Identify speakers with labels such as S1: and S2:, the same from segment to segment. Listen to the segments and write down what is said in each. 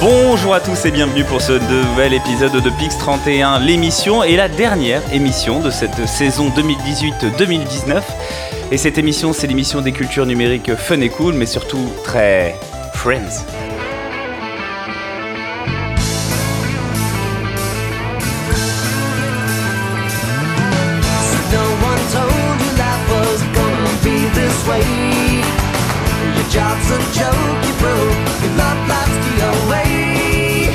S1: Bonjour à tous et bienvenue pour ce nouvel épisode de Pix 31, l'émission et la dernière émission de cette saison 2018-2019. Et cette émission, c'est l'émission des cultures numériques fun et cool, mais surtout très friends.
S2: No one told you life was gonna be this way. Your job's a joke, you broke. Your love life's the away.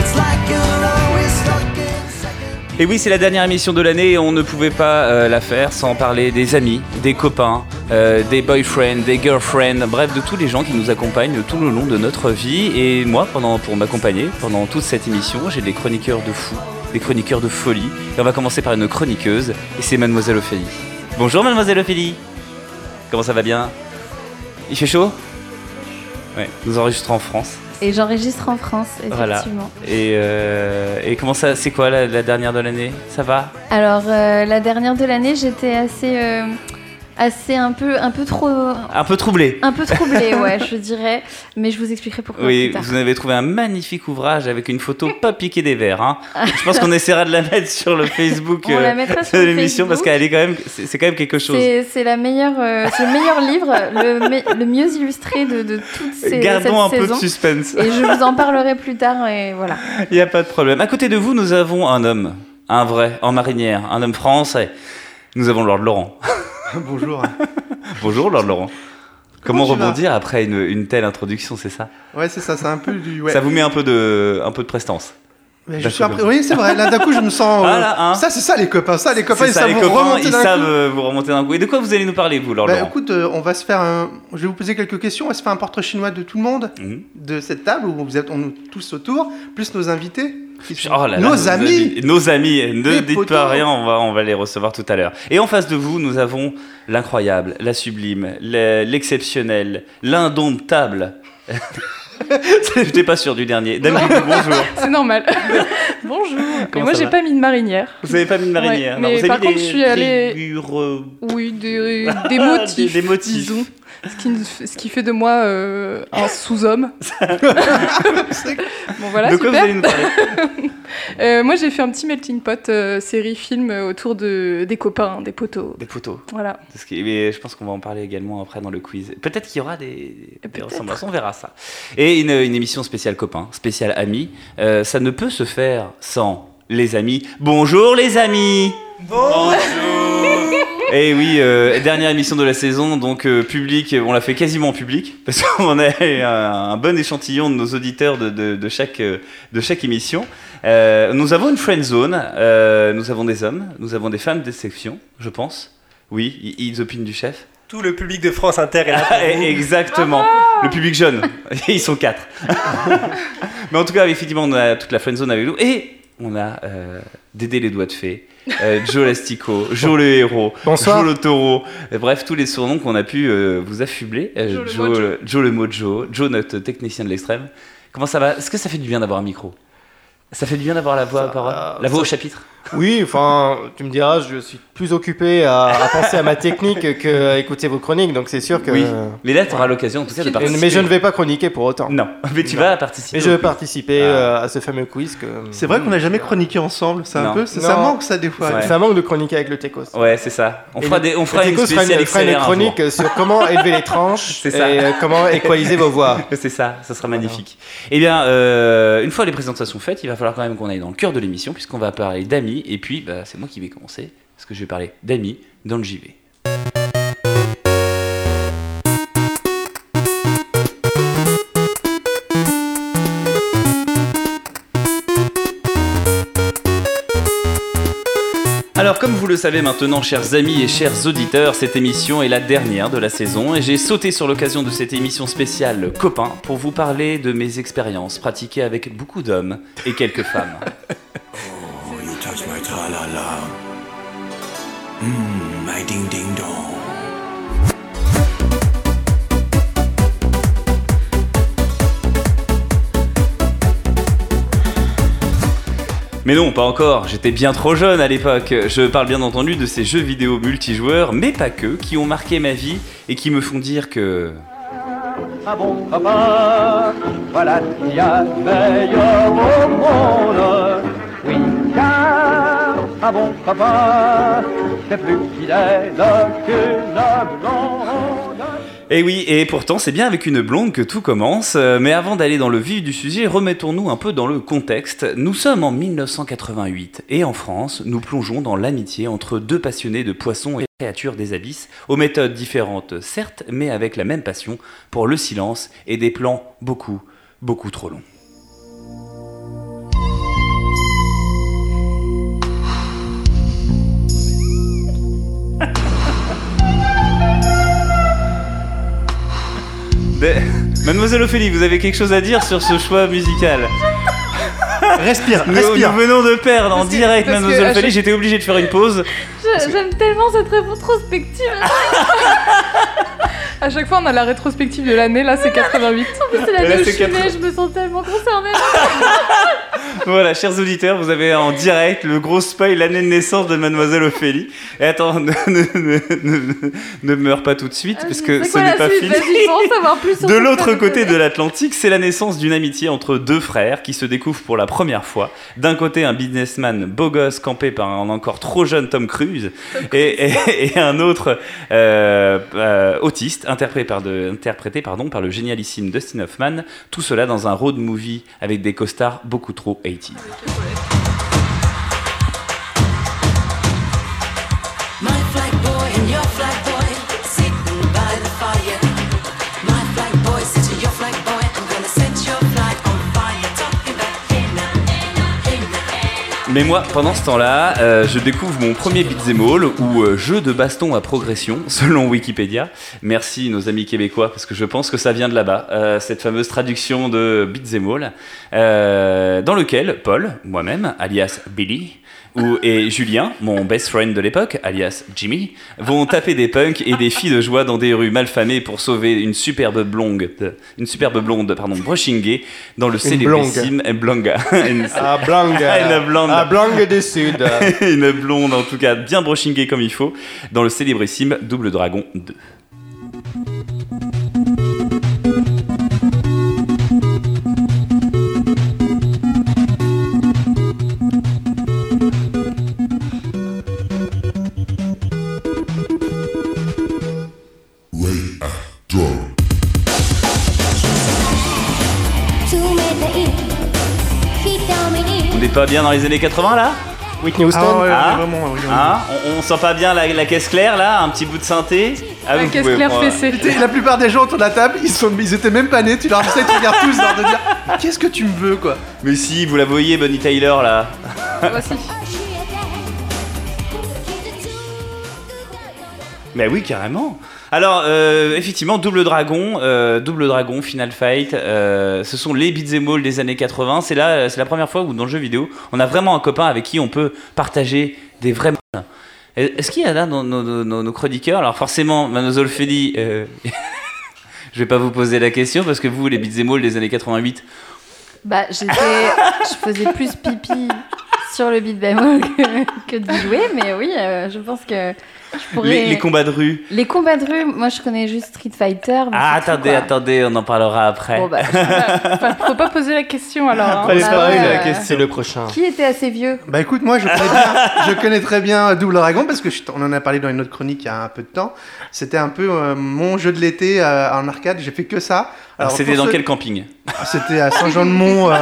S2: It's like you're always stuck in second.
S1: Et oui, c'est la dernière émission de l'année et on ne pouvait pas euh, la faire sans parler des amis, des copains, euh, des boyfriends, des girlfriends, bref, de tous les gens qui nous accompagnent tout le long de notre vie. Et moi, pendant, pour m'accompagner, pendant toute cette émission, j'ai des chroniqueurs de fous, des chroniqueurs de folie. Et on va commencer par une chroniqueuse et c'est Mademoiselle Ophélie. Bonjour Mademoiselle Ophélie Comment ça va bien Il fait chaud Ouais, nous enregistrons en France.
S3: Et j'enregistre en France,
S1: Voilà.
S3: effectivement.
S1: Et, euh, et comment ça, c'est quoi la, la dernière de l'année Ça va
S3: Alors, euh, la dernière de l'année, j'étais assez, euh, assez un peu, un peu trop, un
S1: Un peu troublé
S3: peu troublée, ouais, je dirais. Mais je vous expliquerai pourquoi
S1: Oui,
S3: plus tard.
S1: vous en avez trouvé un magnifique ouvrage avec une photo pas piquée des verres. hein. Je pense qu'on essaiera de la mettre sur le Facebook
S3: On la
S1: euh,
S3: mettra
S1: de
S3: sur
S1: l'émission parce
S3: Facebook.
S1: qu'elle est quand même, c'est c'est quand même quelque chose.
S3: C'est c'est la meilleure, euh, c'est le meilleur livre, le, me- le mieux illustré de, de toutes ces
S1: Gardons un
S3: cette
S1: peu de
S3: saison.
S1: suspense.
S3: et je vous en parlerai plus tard. Et voilà.
S1: Il n'y a pas de problème. À côté de vous, nous avons un homme, un vrai, en marinière, un homme français. Nous avons Lord Laurent.
S4: Bonjour.
S1: Bonjour Lord Laurent. Comment,
S4: Comment tu vas
S1: rebondir après une, une telle introduction, c'est ça
S4: Ouais, c'est ça, c'est un peu du. Ouais.
S1: Ça vous met un peu de, un peu de prestance.
S4: Mais je
S1: d'un
S4: suis
S1: coup,
S4: après- Oui, c'est vrai, là d'un coup je me sens. euh,
S1: Ah, là, hein.
S4: Ça, c'est ça les copains, ça les copains,
S1: C'est
S4: ils savent
S1: les
S4: vous
S1: copains,
S4: remonter
S1: ils
S4: d'un
S1: savent
S4: coup.
S1: euh, vous remonter d'un coup. Et de quoi vous allez nous parler, vous, Lord
S4: Bah
S1: Laurent
S4: écoute, euh, on va se faire un. Je vais vous poser quelques questions, on va se faire un portrait chinois de tout le monde,
S1: Mhm.
S4: de cette table où vous êtes on, nous tous autour, plus nos invités. qui sont-
S1: Oh là là,
S4: nos amis
S1: Nos amis, ne
S4: Les
S1: dites
S4: potos.
S1: pas rien, on va, on va les recevoir tout à l'heure. Et en face de vous, nous avons l'incroyable, la sublime, le- l'exceptionnel, l'indomptable. Je n'étais pas sûr du dernier. Damien, bonjour.
S5: C'est normal. Bonjour. Mais
S1: Comment
S5: moi,
S1: ça
S5: j'ai
S1: va
S5: pas mis de marinière.
S1: Vous n'avez pas mis de marinière.
S5: Ouais, mais
S1: vous avez
S5: par
S1: mis
S5: contre,
S1: des
S5: je suis allée-
S1: figures, euh,
S5: Oui, des, des
S1: Ah,
S5: motifs.
S1: des- des motifs.
S5: Disons. Ce qui, nous- ce qui fait de moi euh, un sous-homme. bon, voilà,
S1: de quoi
S5: super.
S1: vous allez nous parler
S5: Euh, moi, j'ai fait un petit melting pot euh, série-film euh, autour de, des copains, des poteaux.
S1: Des poteaux.
S5: Voilà.
S1: de ce qui- mais je pense qu'on va en parler également après dans le quiz. Peut-être qu'il y aura des, des
S5: Peut-être.
S1: ressemblances, on verra ça. Et une, une émission spéciale copain, spéciale ami. Euh, ça ne peut se faire sans les amis. Bonjour les amis Bonjour Et oui, euh, dernière émission de la saison, donc euh, public, on l'a fait quasiment en public, parce qu'on a eu un, un bon échantillon de nos auditeurs de, de- de chaque, euh, de chaque émission. Euh, nous avons une friend zone, euh, nous avons des hommes, nous avons des femmes des sections, je pense. Oui, i- ils opinent du chef.
S6: Tout le public de France Inter est là.
S1: Ah, e- Exactement.
S5: Ah
S1: Le public jeune. Ils sont quatre. Mais en tout cas, effectivement, on a toute la friendzone avec nous. Et on a euh, Dédé les doigts de fée, euh, Joe Lastico, Joe le héros,
S6: Bonsoir.
S1: Joe le taureau. Et bref, tous les surnoms qu'on a pu euh, vous affubler. Euh,
S5: Joe le
S1: Joe,
S5: mojo.
S1: le- Joe le mojo, Joe notre technicien de l'extrême. Comment ça va Est-ce que ça fait du bien d'avoir un micro ça fait du bien d'avoir la voix,
S6: Ça
S1: à parole-
S6: va,
S1: la voix
S6: ça-
S1: au chapitre.
S6: Oui, enfin, tu me diras, je suis plus occupé à, à penser à ma technique qu'à écouter vos chroniques, donc c'est sûr que.
S1: Oui. Mais là, tu auras l'occasion en tout cas de
S5: Mais-
S1: participer.
S6: Mais je ne vais pas chroniquer pour autant.
S1: Non, mais tu
S6: Non.
S1: vas participer.
S6: Mais
S1: au
S6: je vais
S1: quiz.
S6: participer
S1: Ah.
S6: euh, à ce fameux quiz que.
S4: C'est vrai qu'on n'a jamais chroniqué ensemble, c'est
S1: Non.
S4: un peu. Ça, ça
S6: Non.
S4: manque ça des fois.
S1: C'est Ouais.
S6: Ça manque de chroniquer avec le Tecos.
S1: Ouais, c'est ça. On
S6: Et
S1: fera,
S6: le-
S1: des, on
S6: Le
S1: fera une
S6: Tecos fera
S1: spéciale
S6: fera une
S1: XLR un jour.
S6: chronique sur comment élever les tranches
S1: C'est ça.
S6: et euh, comment équaliser vos voix.
S1: C'est ça, ça sera magnifique. Eh bien, euh, une fois les présentations faites, il va falloir quand même qu'on aille dans le cœur de l'émission, puisqu'on va parler d'amis, et puis bah, c'est moi qui vais commencer, parce que je vais parler d'amis dans le JV. Alors, comme vous le savez maintenant, chers amis et chers auditeurs, cette émission est la dernière de la saison et j'ai sauté sur l'occasion de cette émission spéciale Copain pour vous parler de mes expériences pratiquées avec beaucoup d'hommes et quelques femmes.
S7: You touch my tra la la. Mmm, my ding ding dong.
S1: Mais non, pas encore, j'étais bien trop jeune à l'époque. Je parle bien entendu de ces jeux vidéo multijoueurs, mais pas que, qui ont marqué ma vie et qui me font dire que.
S8: un bon copain. Voilà qui a de meilleur au monde. Oui, car un bon copain, c'est plus fidèle qu'une blonde.
S1: Et Eh oui, et pourtant c'est bien avec une blonde que tout commence, Euh, mais avant d'aller dans le vif du sujet, remettons-nous un peu dans le contexte. Nous sommes en 1988, et en France, nous plongeons dans l'amitié entre deux passionnés de poissons et créatures des abysses, aux méthodes différentes certes, mais avec la même passion pour le silence et des plans beaucoup, beaucoup trop longs. Des- Mademoiselle Ophélie, vous avez quelque chose à dire sur ce choix musical
S4: Respire,
S1: nous,
S4: respire.
S1: nous venons de perdre en
S5: Parce que-
S1: direct,
S5: parce que
S1: mademoiselle
S5: à
S1: Ophélie,
S5: chaque-
S1: j'étais obligé de faire une pause.
S3: Je- J'aime tellement cette rétrospective. hein,
S1: Ah,
S5: À chaque fois, on a la rétrospective de l'année. Là, c'est 88.
S3: C'est
S1: Mais là,
S3: la
S1: c'est quatre-
S3: douche, je me sens tellement concernée.
S1: Voilà, chers auditeurs, vous avez en direct le gros spoil l'année de naissance de Mademoiselle Ophélie. Et attends, ne, ne, ne- ne- ne meurs pas tout de suite,
S3: Ah,
S1: parce
S3: je
S1: que
S3: sais
S1: ce
S3: quoi,
S1: n'est
S3: la
S1: pas
S3: suite,
S1: fini.
S3: vas-y, je veux en savoir plus sur
S1: De
S3: cette
S1: l'autre
S3: famille.
S1: côté de l'Atlantique, c'est la naissance d'une amitié entre deux frères qui se découvrent pour la première fois. D'un côté, un businessman beau gosse campé par un encore trop jeune Tom Cruise et, et- et un autre euh, euh, autiste interprété, par de- interprété pardon, par le génialissime Dustin Hoffman. Tout cela dans un road movie avec des costards beaucoup trop 80
S2: My flag boy and your flag boy sitting by the fire. My flag boy said to your flag boy, I'm gonna set your flag on fire. Talking about henna, henna, henna.
S1: Mais moi, pendant ce temps-là, euh, je découvre mon premier beat'em all ou euh, jeu de baston à progression, selon Wikipédia. Merci nos amis québécois, parce que je pense que ça vient de là-bas, euh, cette fameuse traduction de beat'em all, euh, dans lequel Paul, moi-même, alias Billy, ou, et Julien, mon best friend de l'époque, alias Jimmy, vont taper des punks et des filles de joie dans des rues malfamées pour sauver une superbe blonde, une superbe blonde, pardon, brushingée dans le célébrissime Blonga.
S6: À Blangue.
S1: Ah, une blonde.
S6: À Blangue du Sud.
S1: une blonde en tout cas bien brushingée comme il faut dans le célébrissime Double Dragon 2. On n'est pas bien dans les années 80 là
S6: Whitney Houston.
S4: Ah ouais, ouais,
S1: Ah.
S4: vraiment, oui, oui.
S1: Hein on, on sent pas bien la, la caisse claire là Un petit bout de synthé ah,
S5: La
S1: vous
S5: caisse
S1: pouvez
S5: claire
S1: prendre-
S5: fessée.
S4: Et la plupart des gens autour de la table, ils, sont, ils étaient même pas nés, tu leur dis ça, ils te regardent tous, leur de dire Qu'est-ce que tu me veux quoi
S1: Mais si, vous la voyez Bonnie Tyler là
S5: Voici.
S1: Bah oui, carrément. Alors, euh, effectivement, Double Dragon, euh, Double Dragon, Final Fight, euh, ce sont les beats all des années 80. C'est là, c'est la première fois où dans le jeu vidéo, on a vraiment un copain avec qui on peut partager des vrais. moments. Est-ce qu'il y a là dans nos, nos- nos- nos chroniqueurs Alors forcément, Manozol Feli, euh, je vais pas vous poser la question parce que vous, les beats all des années 88,
S3: Bah, j'étais, je faisais plus pipi sur le beat ball que, que d'y jouer, mais oui, euh, je pense que je pourrais.
S1: les, les combats de rue.
S3: Les combats de rue, moi je connais juste Street Fighter. mais
S1: Ah,
S3: c'est tout,
S1: attendez,
S3: quoi.
S1: attendez, on en parlera après.
S3: Bon, bah,
S5: Enfin, faut pas poser la question alors. hein.
S1: Fallait
S3: bah
S1: pas
S3: ouais,
S1: poser la
S3: ouais.
S1: question.
S6: C'est le prochain.
S3: qui était assez vieux
S4: Bah écoute, moi je connais, bien, je connais très bien Double Dragon parce que je t- on en a parlé dans une autre chronique il y a un peu de temps. C'était un peu euh, mon jeu de l'été euh, en arcade, j'ai fait que ça.
S1: Alors, c'était
S4: pour
S1: dans
S4: ceux-
S1: quel camping
S4: C'était à Saint-Jean-de-Mont. euh,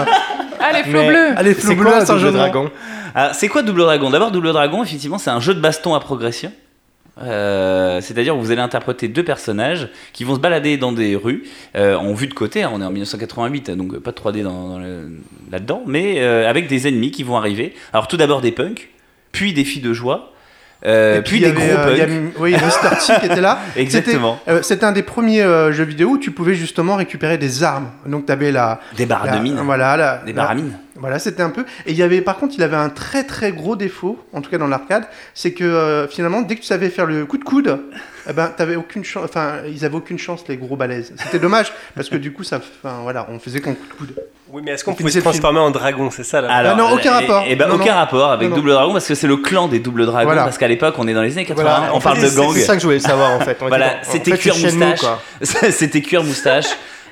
S5: Ah, les flots
S6: Mais-
S5: bleus.
S4: Allez,
S6: C'est
S4: Flou
S6: quoi
S4: Bleu à
S6: Double
S4: Saint-Jean-de-Mont.
S6: Dragon
S1: Ah, c'est quoi Double Dragon D'abord, Double Dragon, effectivement, c'est un jeu de baston à progression. Euh, C'est-à-dire où vous allez interpréter deux personnages qui vont se balader dans des rues euh, en vue de côté. hein, on est en 1988, donc euh, pas de 3D dans- dans le- là-dedans, mais euh, avec des ennemis qui vont arriver. Alors tout d'abord des punks, puis des filles de joie, euh,
S4: Et
S1: puis,
S4: il
S1: des
S4: y avait,
S1: gros
S4: euh, il y
S1: punks.
S4: avait- Oui, Mr. T qui était là.
S1: Exactement.
S4: C'était euh, c'était un des premiers euh, jeux vidéo où tu pouvais justement récupérer des armes. Donc tu avais la.
S1: Des barres
S4: la-
S1: Ah, de mine,
S4: Voilà, la,
S1: des
S4: la-
S1: barres à mine.
S4: Voilà, c'était un peu. Et il y avait, par contre, il avait un très très gros défaut, en tout cas dans l'arcade, c'est que euh, finalement, dès que tu savais faire le coup de coude, eh ben, t'avais aucune chance. Enfin, ils avaient aucune chance les gros balaises. C'était dommage parce que du coup, ça, enfin, voilà, on faisait qu'on coup de coude.
S9: Oui, mais est-ce qu'on
S4: On
S9: pouvait
S4: finissait
S9: se
S4: le film.
S9: transformer en dragon C'est ça là.
S4: Ah non, aucun rapport.
S1: Et, ben
S4: Non, non.
S1: aucun rapport avec
S4: Non, non.
S1: Double Dragon parce que c'est le clan des Double Dragons.
S4: Voilà.
S1: Parce qu'à l'époque, on est dans les années 80,
S6: Voilà,
S1: on
S6: en
S1: parle
S6: fait,
S1: de
S6: c'est-
S1: gang.
S6: C'est ça que je voulais savoir en fait. On était dans-
S1: Voilà,
S6: en
S1: c'était
S6: fait,
S1: cuir
S6: c'est Shenmue,
S1: moustache.
S6: quoi.
S1: C'était cuir moustache.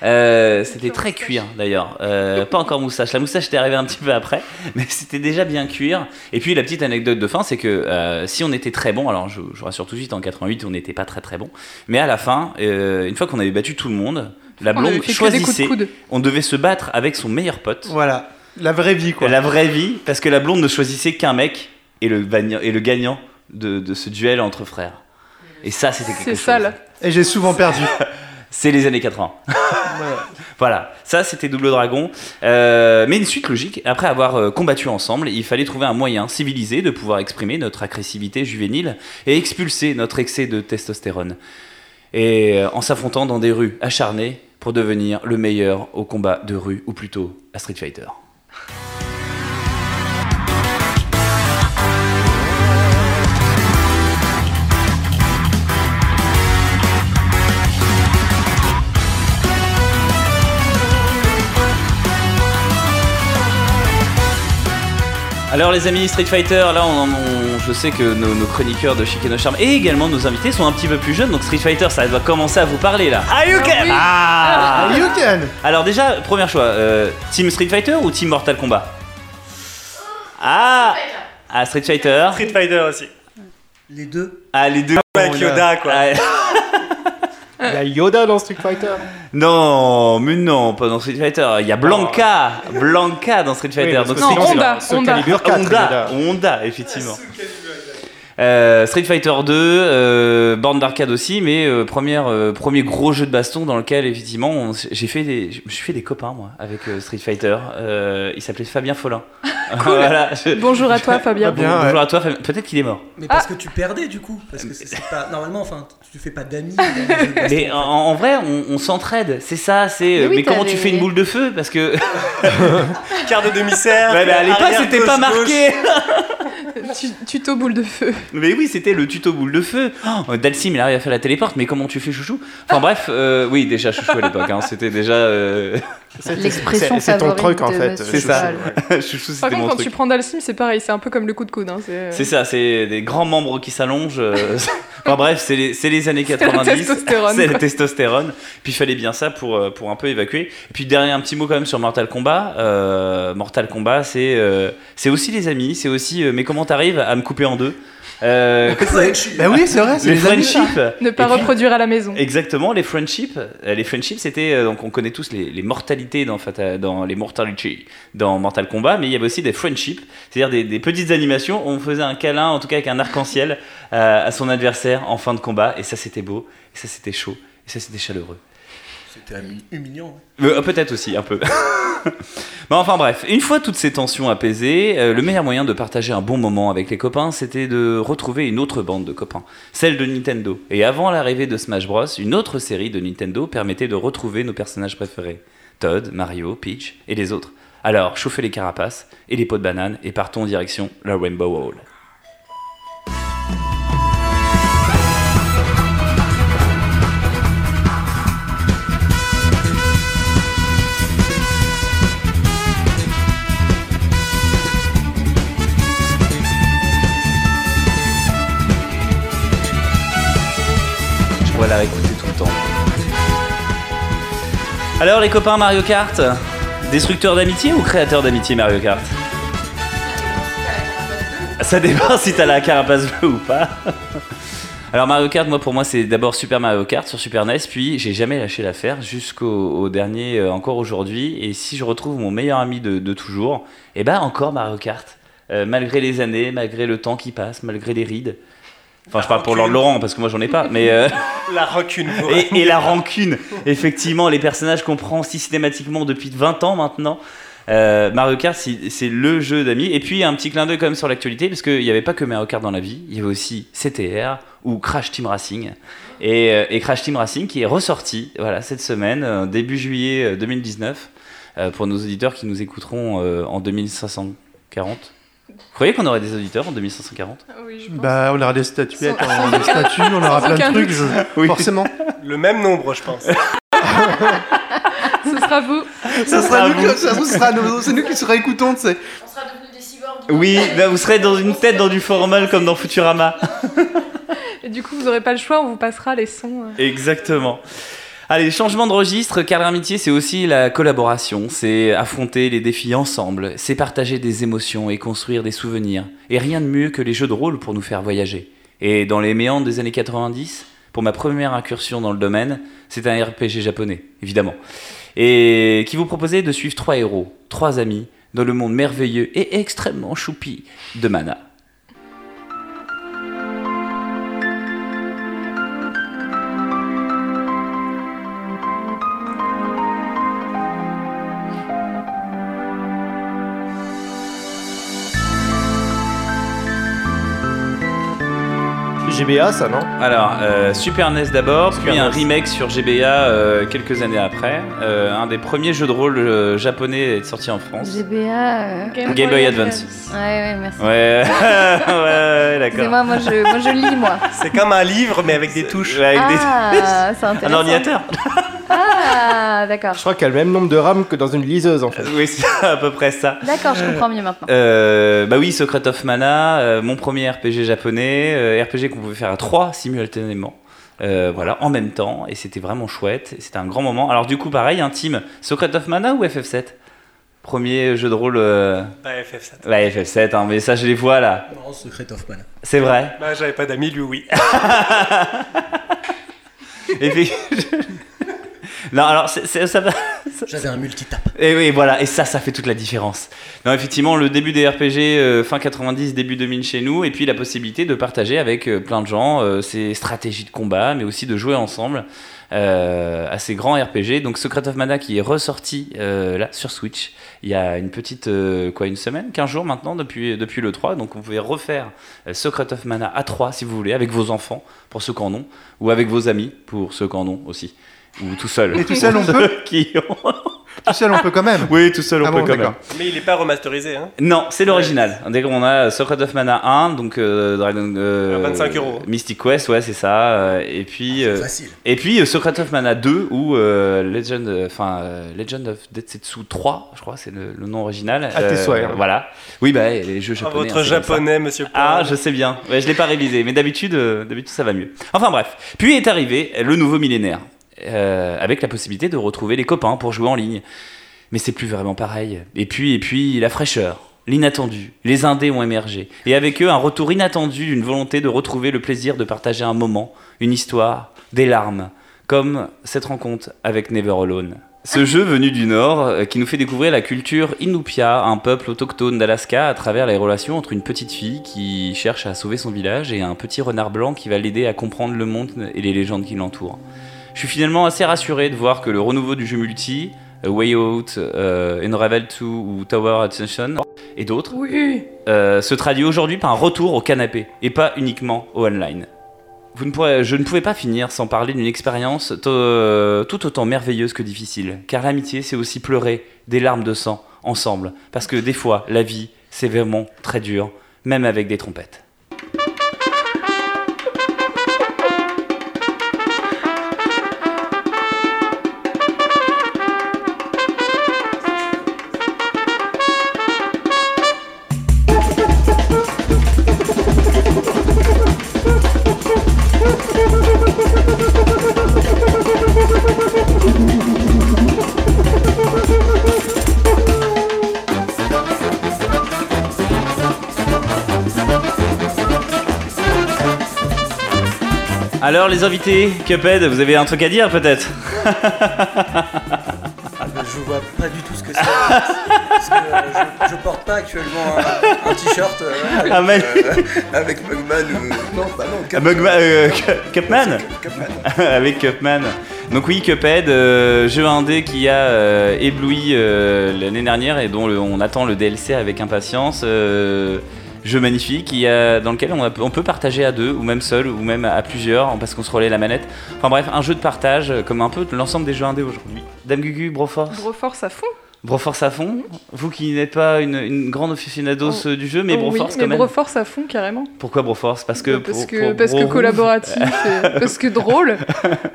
S1: Euh, c'était très cuir d'ailleurs, Euh, pas encore moustache. La moustache était arrivée un petit peu après, mais c'était déjà bien cuir. Et puis la petite anecdote de fin, c'est que euh, si on était très bon, alors je, je rassure tout de suite, en 88 on n'était pas très très bon, mais à la fin, euh, une fois qu'on avait battu tout le monde, la
S5: On avait
S1: blonde
S5: fait que des coups de
S1: choisissait,
S5: coude.
S1: on devait se battre avec son meilleur pote.
S4: Voilà, la vraie vie quoi.
S1: La vraie vie, parce que la blonde ne choisissait qu'un mec et le, vagna- et le gagnant de, de ce duel entre frères. Et ça, c'était quelque
S5: C'est
S1: chose.
S5: sale.
S4: Et j'ai souvent perdu.
S1: C'est les années 80. voilà, ça c'était Double Dragon. Euh, mais une suite logique, après avoir euh, combattu ensemble, il fallait trouver un moyen civilisé de pouvoir exprimer notre agressivité juvénile et expulser notre excès de testostérone. Et euh, en s'affrontant dans des rues acharnées pour devenir le meilleur au combat de rue, ou plutôt à Street Fighter. Alors les amis Street Fighter, là on, on- je sais que nos, nos chroniqueurs de Chic et nos Charmes et également nos invités sont un petit peu plus jeunes, donc Street Fighter ça doit commencer à vous parler là. Ah you
S5: Ah
S1: Ah
S5: oui.
S4: You can.
S1: Alors déjà, premier choix, euh, Team Street Fighter ou Team Mortal Kombat Ah Ah Street Fighter
S9: Street Fighter aussi.
S2: Les deux.
S1: Ah les deux
S9: Avec Yoda quoi.
S1: Ah,
S6: Il y a Yoda dans Street Fighter.
S1: Non, mais non, pas dans Street Fighter, il y a Blanca Blanca dans Street Fighter,
S6: parce
S1: donc
S6: que
S5: Non,
S1: c'est-
S6: sinon, c'est
S5: Honda,
S6: dans Soul
S5: Honda.
S6: Calibur
S1: Ah,
S6: 4,
S1: Honda,
S6: Yoda.
S1: Honda,
S9: Ah,
S1: effectivement. Euh, Street Fighter 2, euh, borne d'arcade aussi, mais euh, première, euh, premier gros jeu de baston dans lequel effectivement on- j'ai fait des, je me suis fait des copains moi avec euh, Street Fighter. Euh, il s'appelait Fabien Follin. voilà. je- Ah,
S5: Bonjour à toi, Fabien.
S1: Bon-
S4: Bien,
S1: bonjour à toi. Fabien. Peut-être qu'il est mort.
S2: Mais
S7: Ah.
S2: parce que tu perdais du coup. Parce que c'est- c'est pas. Normalement, enfin, tu fais pas d'amis. dans les jeux de baston.
S1: Mais en, en vrai, on, on s'entraide. C'est ça. C'est. euh,
S3: Mais
S1: Mais,
S3: oui,
S1: comment
S3: t'avais-
S1: tu fais une boule de feu Parce que.
S9: Quart de demi-serre.
S1: Ouais, mais à l'époque,
S9: arrière,
S1: c'était
S9: gauche,
S1: pas
S9: gauche.
S1: marqué.
S5: Tu- Tuto boule de feu.
S1: Mais oui, c'était le tuto boule de feu. Oh, Dalsim, il arrive à faire la téléporte, mais comment tu fais chouchou Enfin bref, euh, oui, déjà chouchou à l'époque, hein, c'était déjà... euh,
S6: C'est-
S3: L'expression
S6: c'est- c'est ton
S3: favorite
S6: truc en
S3: de
S6: fait.
S3: Monsieur
S1: C'est ça.
S3: Cheval.
S1: chouchou,
S5: Par
S1: c'était
S5: contre,
S1: mon
S5: quand
S1: truc.
S5: tu prends Dalsim, c'est pareil, c'est un peu comme le coup de coude. Hein. C'est
S1: C'est
S5: euh,
S1: ça, c'est des grands membres qui s'allongent. euh, enfin bref, c'est les, c'est les années
S5: c'est la
S1: 90.
S5: testostérone.
S1: C'est la
S5: quoi.
S1: testostérone. Puis il fallait bien ça pour, euh, pour un peu évacuer. Et puis dernier un petit mot quand même sur Mortal Kombat. Euh, Mortal Kombat, c'est euh, c'est aussi les amis, c'est aussi euh, mais comment t'arrives à me couper en deux Euh,
S4: Bah oui, c'est vrai, c'est
S1: Les
S4: les amis, ça.
S1: friendships.
S5: Ne pas
S1: Et puis-
S5: reproduire à la maison.
S1: Exactement, les friendships. Euh, Les friendships, c'était euh, donc on connaît tous les, les mortalités dans, Fata- dans les mortalities dans Mortal Kombat, mais il y avait aussi des friendships, c'est-à-dire des, des petites animations. où on faisait un câlin, en tout cas avec un arc-en-ciel, euh, à son adversaire en fin de combat, et ça c'était beau, et ça c'était chaud, et ça c'était chaleureux.
S2: C'était humi- humiliant. hein.
S1: Euh, Peut-être aussi, un peu. Mais enfin bref, une fois toutes ces tensions apaisées, euh, le meilleur moyen de partager un bon moment avec les copains, c'était de retrouver une autre bande de copains, celle de Nintendo. Et avant l'arrivée de Smash Bros, une autre série de Nintendo permettait de retrouver nos personnages préférés, Todd, Mario, Peach et les autres. Alors, chauffez les carapaces et les pots de banane et partons en direction la Rainbow Hall. Je pourrais la réécouter tout le temps. Alors les copains Mario Kart, destructeur d'amitié ou créateur d'amitié Mario Kart Ça dépend si t'as la carapace bleue ou pas. Alors Mario Kart, moi pour moi c'est d'abord Super Mario Kart sur Super NES, puis j'ai jamais lâché l'affaire jusqu'au au dernier, euh, encore aujourd'hui. Et si je retrouve mon meilleur ami de, de toujours, et ben encore Mario Kart, Euh, malgré les années, malgré le temps qui passe, malgré les rides. Enfin je parle pour Lord Laurent parce que moi j'en ai pas, mais... euh,
S9: La rancune. ouais.
S1: et, et la rancune. Effectivement, les personnages qu'on prend systématiquement depuis 20 ans maintenant. Euh, Mario Kart, c'est c'est le jeu d'amis. Et puis, un petit clin d'œil quand même sur l'actualité, parce qu'il n'y avait pas que Mario Kart dans la vie, il y avait aussi CTR ou Crash Team Racing. Et, euh, et Crash Team Racing qui est ressorti voilà, cette semaine, euh, début juillet euh, 2019. euh, pour nos auditeurs qui nous écouteront euh, en 2540. Vous croyez qu'on aurait des auditeurs en 2540
S5: Ah Oui, je pense.
S4: Bah, on aura des statuettes,
S5: Sans-
S4: on aura des statues, on aura
S5: sans
S4: plein
S5: aucun
S4: de trucs,
S5: doute.
S4: je-
S1: Oui.
S4: forcément.
S9: Le même nombre, je pense.
S5: Ce sera vous.
S4: Ça sera nous, que- ça se trouve, ce sera nous- c'est nous qui serons écoutants, tu sais.
S2: On sera devenus des cyborgs.
S1: Oui, bah, vous serez dans une tête dans du formal comme dans Futurama.
S5: Et du coup, vous aurez pas le choix, on vous passera les sons. euh.
S1: Exactement. Allez, changement de registre, Carl Hermitier, c'est aussi la collaboration, c'est affronter les défis ensemble, c'est partager des émotions et construire des souvenirs. Et rien de mieux que les jeux de rôle pour nous faire voyager. Et dans les méandres des années 90, pour ma première incursion dans le domaine, c'est un RPG japonais, évidemment. Et qui vous proposait de suivre trois héros, trois amis, dans le monde merveilleux et extrêmement choupi de Mana.
S6: GBA, ça, non
S1: Alors, euh, Super E NES d'abord,
S6: Super
S1: puis un
S6: NES.
S1: remake sur GBA euh, quelques années après. Euh, un des premiers jeux de rôle euh, japonais à être sorti en France.
S3: GBA. euh,
S1: Game Boy Advance.
S3: Ouais, ouais, merci.
S1: Ouais, ouais, ouais, d'accord.
S3: Excusez-moi, moi je, moi je lis, moi.
S9: C'est comme un livre, mais avec des touches.
S1: Ouais, avec des-
S3: Ah, c'est
S1: Un
S3: intéressant.
S1: ordinateur
S3: Ah, d'accord.
S6: Je crois qu'il y a le même nombre de RAM que dans une liseuse, en fait.
S1: Oui, c'est à peu près ça.
S3: D'accord, je comprends mieux maintenant.
S1: Euh, bah oui, Secret of Mana, euh, mon premier RPG japonais, euh, RPG qu'on pouvait faire à trois simultanément. Euh, voilà, en même temps, et c'était vraiment chouette, et c'était un grand moment. Alors du coup, pareil, intime, Secret of Mana ou FF7 Premier jeu de rôle... euh,
S9: Bah, FF7.
S1: Bah FF7, hein, mais ça je les vois là.
S7: Non, Secret of Mana.
S1: C'est vrai.
S9: Bah, j'avais pas d'amis, lui, oui.
S1: Et puis- non alors c'est- c'est- ça va.
S7: J'avais un multitap.
S1: Et oui voilà et ça ça fait toute la différence. Non effectivement le début des RPG euh, fin 90 début 2000 chez nous et puis la possibilité de partager avec euh, plein de gens euh, ces stratégies de combat mais aussi de jouer ensemble euh, à ces grands RPG. Donc Secret of Mana qui est ressorti euh, là sur Switch il y a une petite euh, quoi une semaine 15 jours maintenant depuis depuis le 3 donc vous pouvez refaire euh, Secret of Mana à 3 si vous voulez avec vos enfants pour ceux qui en ont ou avec vos amis pour ceux qui en ont aussi ou tout seul.
S4: Et tout seul, on
S1: Ceux
S4: peut
S1: qui ont-
S4: Tout seul, on peut quand même.
S1: Oui, tout seul on
S4: Ah
S1: peut
S4: bon,
S1: quand même.
S4: d'accord.
S9: Mais il est pas remasterisé, hein.
S1: Non, c'est l'original. Dès qu'on a euh, Secret of Mana 1, donc euh, Dragon euh,
S9: À 25 euros. Ah,
S1: Mystic Quest, ouais, c'est ça euh, et puis euh,
S7: Facile.
S1: et puis euh, Secret of Mana 2 ou euh, Legend, euh, enfin euh, Legend of Detsetsu 3, je crois, c'est le, le nom original. euh,
S6: À tes souhaits, hein.
S1: Voilà. Oui, bah les jeux
S9: Ah,
S1: japonais. hein,
S9: votre
S1: c'est comme ça.
S9: japonais, monsieur.
S1: Ah,
S9: Paul.
S1: je sais bien. Ouais, je l'ai pas révisé, mais d'habitude, euh, d'habitude ça va mieux. Enfin bref. Puis est arrivé le nouveau millénaire, euh, avec la possibilité de retrouver les copains pour jouer en ligne. Mais c'est plus vraiment pareil. Et puis, et puis la fraîcheur, l'inattendu. Les indés ont émergé, et avec eux un retour inattendu d'une volonté de retrouver le plaisir de partager un moment, une histoire, des larmes, comme cette rencontre avec Never Alone. Ce jeu venu du Nord euh, qui nous fait découvrir la culture Inupia, un peuple autochtone d'Alaska, à travers les relations entre une petite fille qui cherche à sauver son village et un petit renard blanc qui va l'aider à comprendre le monde et les légendes qui l'entourent. Je suis finalement assez rassuré de voir que le renouveau du jeu multi, euh, Way Out, euh, Unravel 2 ou Tower Ascension et d'autres,
S5: Oui.
S1: euh, se traduit aujourd'hui par un retour au canapé et pas uniquement au online. Vous ne pourrez- je ne pouvais pas finir sans parler d'une expérience to- euh, tout autant merveilleuse que difficile, car l'amitié c'est aussi pleurer des larmes de sang ensemble, parce que des fois la vie c'est vraiment très dur, même avec des trompettes. Alors les invités, Cuphead, vous avez un truc à dire peut-être
S7: Ah ben, je vois pas du tout ce que c'est. Parce que, euh, je, je porte pas actuellement un, un t-shirt euh, avec,
S1: Ah, mais-
S7: euh, avec Mugman ou. Non, bah non, Cup-
S1: Mugma- euh, Cu- Cupman
S7: Cupman.
S1: avec Cupman. Donc oui, Cuphead, euh, jeu indé qui a euh, ébloui euh, l'année dernière et dont le- on attend le DLC avec impatience. Euh, jeu magnifique qui a, dans lequel on, a- on peut partager à deux, ou même seul, ou même à plusieurs, parce qu'on se relaie la manette. Enfin bref, un jeu de partage, euh, comme un peu l'ensemble des jeux indés aujourd'hui. Dame Gugu, Broforce
S5: Gros force à fond.
S1: Broforce à fond Vous qui n'êtes pas une, une grande aficionados
S5: Oh.
S1: euh, du jeu, mais
S5: Oh
S1: Broforce
S5: oui,
S1: quand
S5: mais
S1: même.
S5: Broforce à fond carrément.
S1: Pourquoi Broforce Parce que.
S5: parce
S1: pour-
S5: que,
S1: pour
S5: parce que
S1: Bro-
S5: collaboratif, et parce que drôle,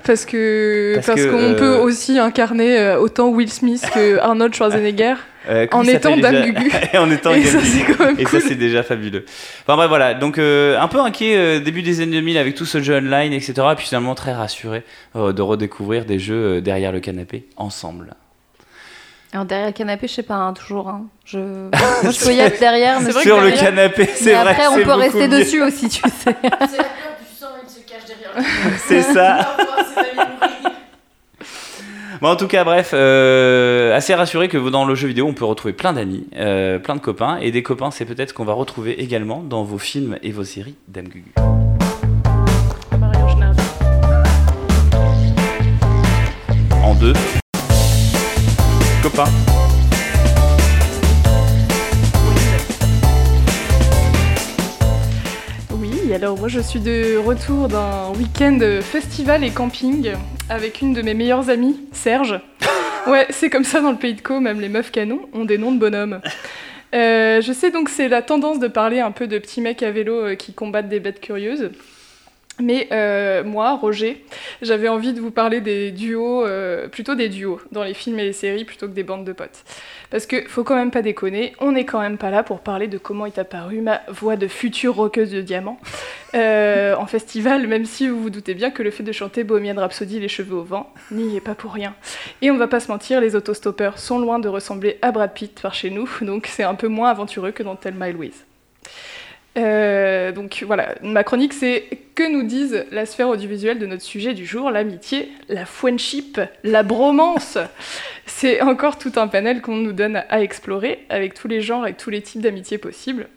S5: parce que
S1: Parce
S5: parce,
S1: que,
S5: qu'on
S1: euh,
S5: peut aussi incarner euh, autant Will Smith que Arnold Schwarzenegger
S1: Euh, comment
S5: en
S1: il
S5: étant
S1: s'appelle
S5: Dame
S1: déjà
S5: Gugu.
S1: Et en étant
S5: Et ça
S1: Dame Gugu.
S5: c'est quand même
S1: Et
S5: cool.
S1: ça, c'est déjà fabuleux. Enfin bref, voilà. Donc, euh, un peu inquiet euh, début des années 2000 avec tout ce jeu online, etc. Et puis finalement, très rassuré euh, de redécouvrir des jeux euh, derrière le canapé ensemble.
S3: Alors derrière le canapé, je sais pas, hein, toujours. hein. Je... Moi, je peux y être derrière, mais
S5: C'est vrai
S3: je peux
S1: Sur
S5: que
S1: le
S3: y être-
S1: canapé,
S3: Mais
S1: Ah, c'est vrai.
S3: après, on
S1: c'est
S3: peut
S1: beaucoup
S3: rester
S1: mieux.
S3: dessus aussi, tu sais.
S10: C'est la peur du sang, il se cache derrière lui.
S1: C'est ça.
S10: Il va voir ses amis mourir.
S1: Bon, en tout cas, bref, euh, assez rassuré que dans le jeu vidéo, on peut retrouver plein d'amis, euh, plein de copains. Et des copains, c'est peut-être ce qu'on va retrouver également dans vos films et vos séries Dame Gugu. En deux. Copains.
S5: Oui, alors moi je suis de retour d'un week-end festival et camping avec une de mes meilleures amies, Serge. Ouais, c'est comme ça dans le pays de Co, même les meufs canons ont des noms de bonhommes. Euh, je sais donc c'est la tendance de parler un peu de petits mecs à vélo euh, qui combattent des bêtes curieuses. Mais euh, moi, Roger, j'avais envie de vous parler des duos, euh, plutôt des duos dans les films et les séries plutôt que des bandes de potes. Parce que faut quand même pas déconner, on n'est quand même pas là pour parler de comment est apparue ma voix de future roqueuse de diamant euh, en festival, même si vous vous doutez bien que le fait de chanter Bohemian Rhapsody les cheveux au vent n'y est pas pour rien. Et on va pas se mentir, les autostoppeurs sont loin de ressembler à Brad Pitt par chez nous, donc c'est un peu moins aventureux que dans Thelma et Louise. Euh, donc voilà, ma chronique c'est que nous disent la sphère audiovisuelle de notre sujet du jour, l'amitié, la friendship, la bromance. C'est encore tout un panel qu'on nous donne à explorer avec tous les genres et tous les types d'amitié possibles.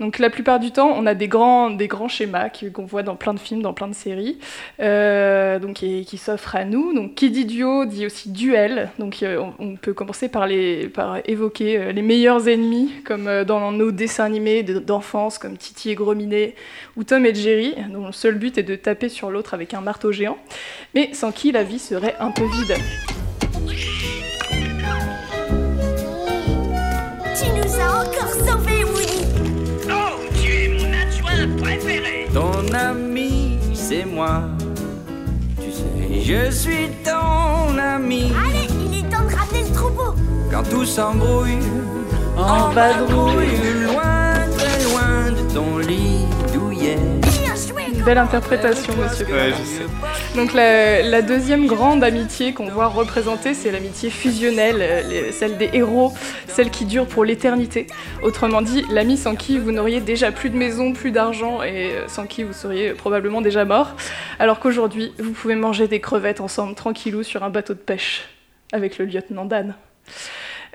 S5: Donc la plupart du temps, on a des grands, des grands schémas qui- qu'on voit dans plein de films, dans plein de séries, euh, donc, et qui s'offrent à nous. Donc qui dit duo dit aussi duel. Donc euh, on, on peut commencer par, les, par évoquer euh, les meilleurs ennemis, comme euh, dans nos dessins animés de- d'enfance, comme Titi et Gros Minet, ou Tom et Jerry, dont le seul but est de taper sur l'autre avec un marteau géant, mais sans qui la vie serait un peu vide.
S10: Tu nous as encore sauvés, Willy.
S2: Ton ami, c'est moi. Tu sais, je suis ton ami.
S10: Allez, il est temps de ramener le troupeau.
S2: Quand tout s'embrouille, en vadrouille, loin, très loin de ton lit douillet.
S10: Bien joué,
S5: Une belle interprétation, monsieur.
S1: Ouais, je sais.
S5: Donc la, la deuxième grande amitié qu'on voit représentée, c'est l'amitié fusionnelle, euh, les- celle des héros, celle qui dure pour l'éternité. Autrement dit, l'ami sans qui vous n'auriez déjà plus de maison, plus d'argent et euh, sans qui vous seriez probablement déjà mort. Alors qu'aujourd'hui, vous pouvez manger des crevettes ensemble tranquillou sur un bateau de pêche avec le lieutenant Dan.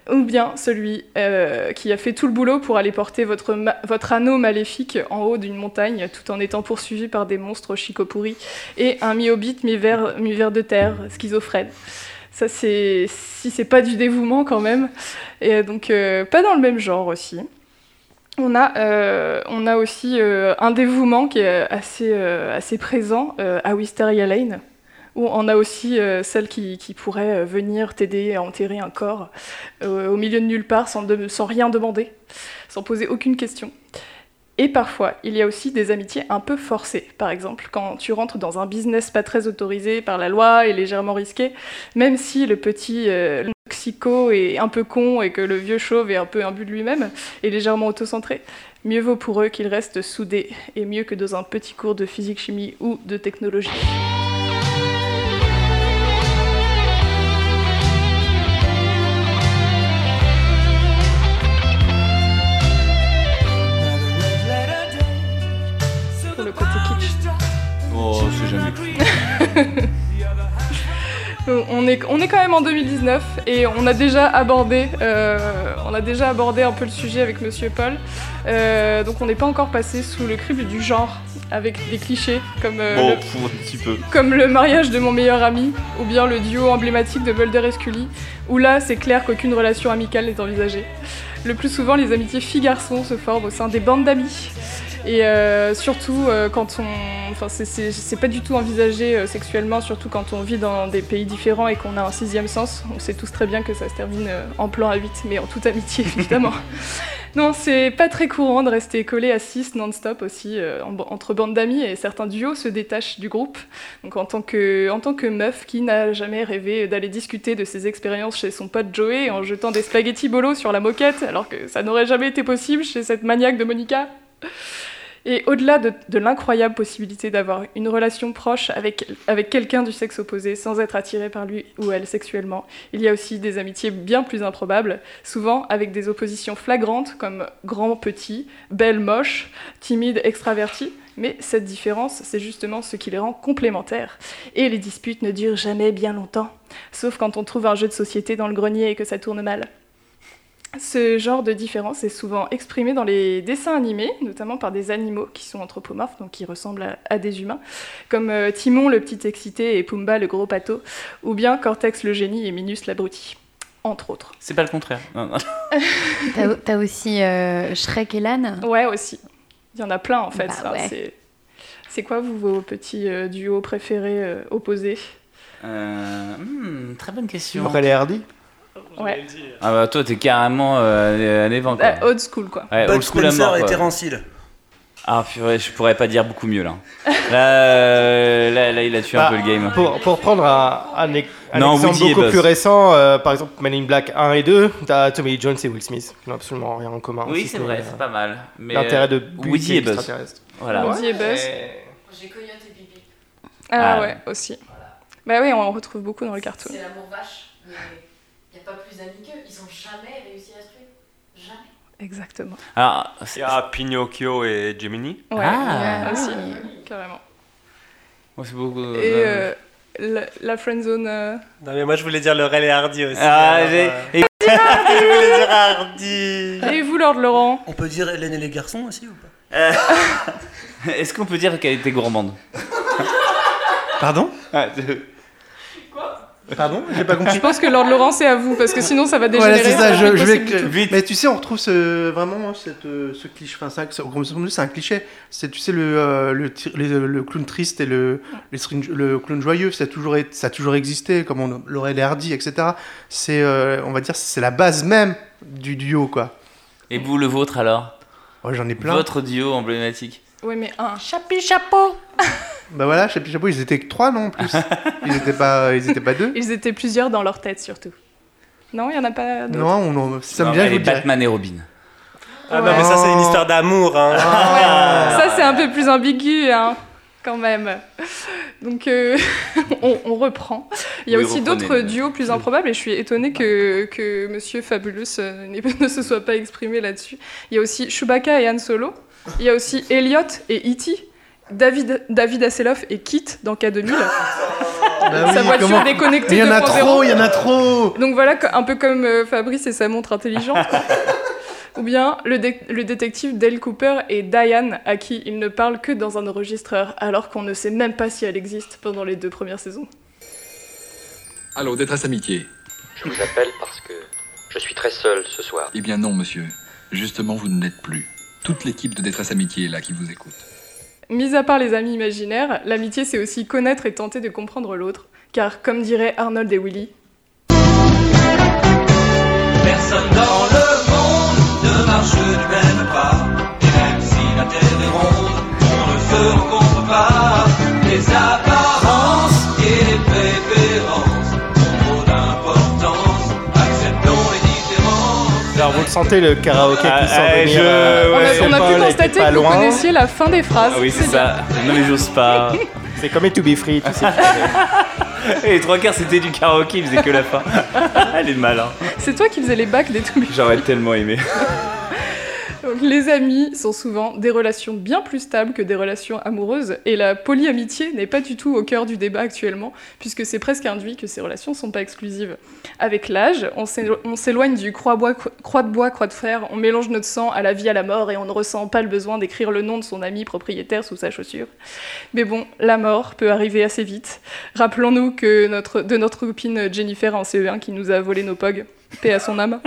S5: Ou bien celui euh, qui a fait tout le boulot pour aller porter votre, ma- votre anneau maléfique en haut d'une montagne tout en étant poursuivi par des monstres chicopourris et un mi-hobbit, mi-vert mi-vert de terre, schizophrène. Ça, c'est si c'est pas du dévouement quand même. Et euh, donc, euh, pas dans le même genre aussi. On a, euh, on a aussi euh, un dévouement qui est assez, euh, assez présent euh, à Wisteria Lane, où on a aussi euh, celle qui, qui pourrait euh, venir t'aider à enterrer un corps euh, au milieu de nulle part sans, de- sans rien demander, sans poser aucune question. Et parfois, il y a aussi des amitiés un peu forcées. Par exemple, quand tu rentres dans un business pas très autorisé par la loi et légèrement risqué, même si le petit euh, toxico est un peu con et que le vieux chauve est un peu imbu de lui-même et légèrement autocentré, mieux vaut pour eux qu'ils restent soudés et mieux que dans un petit cours de physique-chimie ou de technologie. Pour le côté kitsch.
S1: Oh, c'est jamais
S5: Euh, On est, on est quand même en 2019 et on a déjà abordé, euh, on a déjà abordé un peu le sujet avec Monsieur Paul. Euh, donc on n'est pas encore passé sous le crible du genre avec des clichés comme, euh,
S1: Bon,
S5: le,
S1: pour Oh, un petit peu.
S5: comme le mariage de mon meilleur ami ou bien le duo emblématique de Mulder et Scully où là c'est clair qu'aucune relation amicale n'est envisagée. Le plus souvent les amitiés filles-garçons se forment au sein des bandes d'amis. Et euh, surtout, euh, quand on. Enfin, c'est- c'est c'est pas du tout envisagé euh, sexuellement, surtout quand on vit dans des pays différents et qu'on a un sixième sens. On sait tous très bien que ça se termine euh, en plan à 8, mais en toute amitié, évidemment. non, c'est pas très courant de rester collé à 6 non-stop aussi, euh, en- entre bandes d'amis, et certains duos se détachent du groupe. Donc, en tant que, en tant que meuf, qui n'a jamais rêvé d'aller discuter de ses expériences chez son pote Joey en jetant des spaghettis bolo sur la moquette, alors que ça n'aurait jamais été possible chez cette maniaque de Monica et au-delà de, de l'incroyable possibilité d'avoir une relation proche avec, avec quelqu'un du sexe opposé sans être attiré par lui ou elle sexuellement, il y a aussi des amitiés bien plus improbables, souvent avec des oppositions flagrantes comme grand-petit, belle-moche, timide-extraverti. Mais cette différence, c'est justement ce qui les rend complémentaires. Et les disputes ne durent jamais bien longtemps, sauf quand on trouve un jeu de société dans le grenier et que ça tourne mal. Ce genre de différence est souvent exprimé dans les dessins animés, notamment par des animaux qui sont anthropomorphes, donc qui ressemblent à, à des humains, comme euh, Timon le petit excité et Pumba le gros pâteau, ou bien Cortex le génie et Minus l'abruti, entre autres.
S1: C'est pas le contraire. Non, non.
S3: T'as t'as aussi euh, Shrek et Lan
S5: Ouais, aussi. Il y en a plein en fait.
S3: Bah
S5: ça,
S3: ouais.
S5: c'est- C'est quoi vous, vos petits euh, duos préférés euh, opposés
S1: Euh, hmm, très bonne question.
S6: Après les Hardy
S5: Ouais.
S1: Ah bah toi t'es carrément euh, un évent, quoi.
S5: Bah, old school quoi.
S9: Eh,
S1: Ouais,
S7: Bud
S1: old school à
S7: Spencer
S1: mort,
S7: et
S1: quoi.
S7: Terence Hill.
S1: Ah purée, je pourrais pas dire beaucoup mieux là. Là, euh, là, là, il a tué un
S6: Bah,
S1: peu le game.
S6: Pour, pour prendre un, un ex- un
S1: Non,
S6: exemple
S1: Woody et
S6: beaucoup
S1: Buzz.
S6: plus récent, euh, par exemple Men in Black 1 et 2, t'as Tommy Lee Jones et Will Smith qui n'ont absolument rien en commun.
S1: Oui,
S6: si
S1: c'est
S6: ce n'est,
S1: vrai,
S6: euh,
S1: c'est pas mal. Mais
S6: L'intérêt de
S1: euh,
S6: buter
S1: Woody et Buzz.
S6: l'extraterrestre.
S1: Voilà.
S5: Woody et Buzz.
S11: J'ai Coyote et Bibi.
S5: Ah,
S1: Ah.
S5: ouais, aussi. Bah oui, on en retrouve beaucoup dans le cartoon.
S11: C'est l'amour vache, mais il n'y a pas plus amis qu'eux. Ils ont jamais réussi à se tuer. Jamais.
S5: Exactement.
S1: Alors,
S9: Il
S1: c'est-
S9: y a Pinocchio et Gemini.
S5: Ouais,
S1: Ah. Oh,
S5: ouais, aussi,
S3: Oui.
S5: carrément.
S1: moi, c'est beaucoup.
S5: Et
S1: ouais.
S5: euh, la, la friendzone. euh,
S9: Non, mais moi je voulais dire le Ray et Hardy aussi.
S1: Ah,
S9: alors,
S1: j'ai-
S9: euh,
S1: et-
S9: Je voulais dire Hardy.
S5: Et vous, Lord Laurent
S7: On peut dire Hélène et les garçons aussi ou pas
S1: Est-ce qu'on peut dire qu'elle était gourmande
S4: Pardon
S1: Ah, de-
S4: Pardon J'ai pas compris.
S5: Je pense que Lord Laurent, c'est à vous, parce que sinon ça va dégénérer.
S4: Voilà, c'est ça,
S5: sur
S4: je,
S5: les
S4: je vais.
S5: possibilités.
S1: Vite.
S4: Mais tu sais, on retrouve ce, vraiment cette, euh, ce cliché. Enfin, c'est un- c'est- grosso modo, c'est un cliché. C'est, tu sais, le, euh, le, ti- les- euh, le clown triste et le, les string- le clown joyeux, ça a toujours, été- ça a toujours existé, comme on l'aurait les Hardy, etc. C'est, euh, on va dire, c'est la base même du duo, quoi.
S1: Et vous, le vôtre alors
S4: Ouais, j'en ai plein.
S1: Votre duo emblématique.
S5: Ouais, mais un.
S4: Bah voilà, Chapi Chapeau, ils étaient que trois, non, en plus. ils étaient pas, ils étaient pas deux.
S5: Ils étaient plusieurs dans leur tête, surtout. Non, il n'y en a pas d'autres.
S4: Non, on, en- ça me
S1: Non,
S4: vient,
S1: elle
S4: je
S1: est
S4: vous dirai.
S1: Batman et Robin.
S9: Ah non, mais ça c'est une histoire d'amour.
S6: Ah,
S9: Hein.
S4: Ah.
S5: Ça, c'est un peu plus ambigu, hein, quand même. Donc, euh, on, on reprend. Il y a
S1: Oui,
S5: aussi
S1: reprenez, Ah.
S5: d'autres
S1: mais-
S5: duos plus improbables et je suis étonnée que, que Monsieur Fabulous euh, n'ait- ne se soit pas exprimé là-dessus. Il y a aussi Chewbacca et Han Solo. Il y a aussi Elliot et E.T. David, David Asseloff et Kit dans K2000.
S4: Bah oui,
S5: Sa voiture
S4: comment-
S5: déconnectée
S4: Il y en a
S5: 2.0.
S4: trop, il y en a trop.
S5: Donc voilà, co- un peu comme euh, Fabrice et sa montre intelligente. quoi. Ou bien le, dé- le détective Dale Cooper et Diane, à qui il ne parle que dans un enregistreur, alors qu'on ne sait même pas si elle existe pendant les deux premières saisons.
S12: Allô, détresse amitié.
S8: Je vous appelle parce que je suis très seul ce soir.
S12: Eh bien non, monsieur. Justement, vous ne l'êtes plus. Toute l'équipe de détresse amitié est là qui vous écoute.
S5: Mis à part les amis imaginaires, l'amitié c'est aussi connaître et tenter de comprendre l'autre, car comme dirait Arnold et Willy,
S2: Personne dans le monde ne marche du même pas. Et même si la terre est ronde, on ne se rencontre pas. Les apparences et les préférences ont trop d'importance. Acceptons les différences.
S6: Alors Ah, vous le sentez le karaoké
S1: Ah,
S6: qui s'en
S1: eh,
S6: venir,
S1: je-
S6: euh,
S5: on a,
S1: Ouais,
S5: on a
S6: Paul
S5: pu
S6: était
S5: constater
S6: pas
S5: que vous
S6: loin.
S5: connaissiez la fin des phrases.
S1: Ah oui, c'est ça. Non, mais j'ose pas.
S6: C'est comme et To Be Free, tu sais.
S1: Et les trois quarts, c'était du karaoké, il faisait que la fin. Elle est malin.
S5: C'est toi qui faisais les bacs des tout
S1: J'aurais tellement aimé.
S5: Donc, les amis sont souvent des relations bien plus stables que des relations amoureuses, et la polyamitié n'est pas du tout au cœur du débat actuellement, puisque c'est presque induit que ces relations sont pas exclusives. Avec l'âge, on s'é- on s'éloigne du croix-bois- croix de bois, croix de fer, on mélange notre sang à la vie, à la mort, et on ne ressent pas le besoin d'écrire le nom de son ami propriétaire sous sa chaussure. Mais bon, la mort peut arriver assez vite. Rappelons-nous que E notre, de notre copine Jennifer en CE1 qui nous a volé nos pogs, paix à son âme.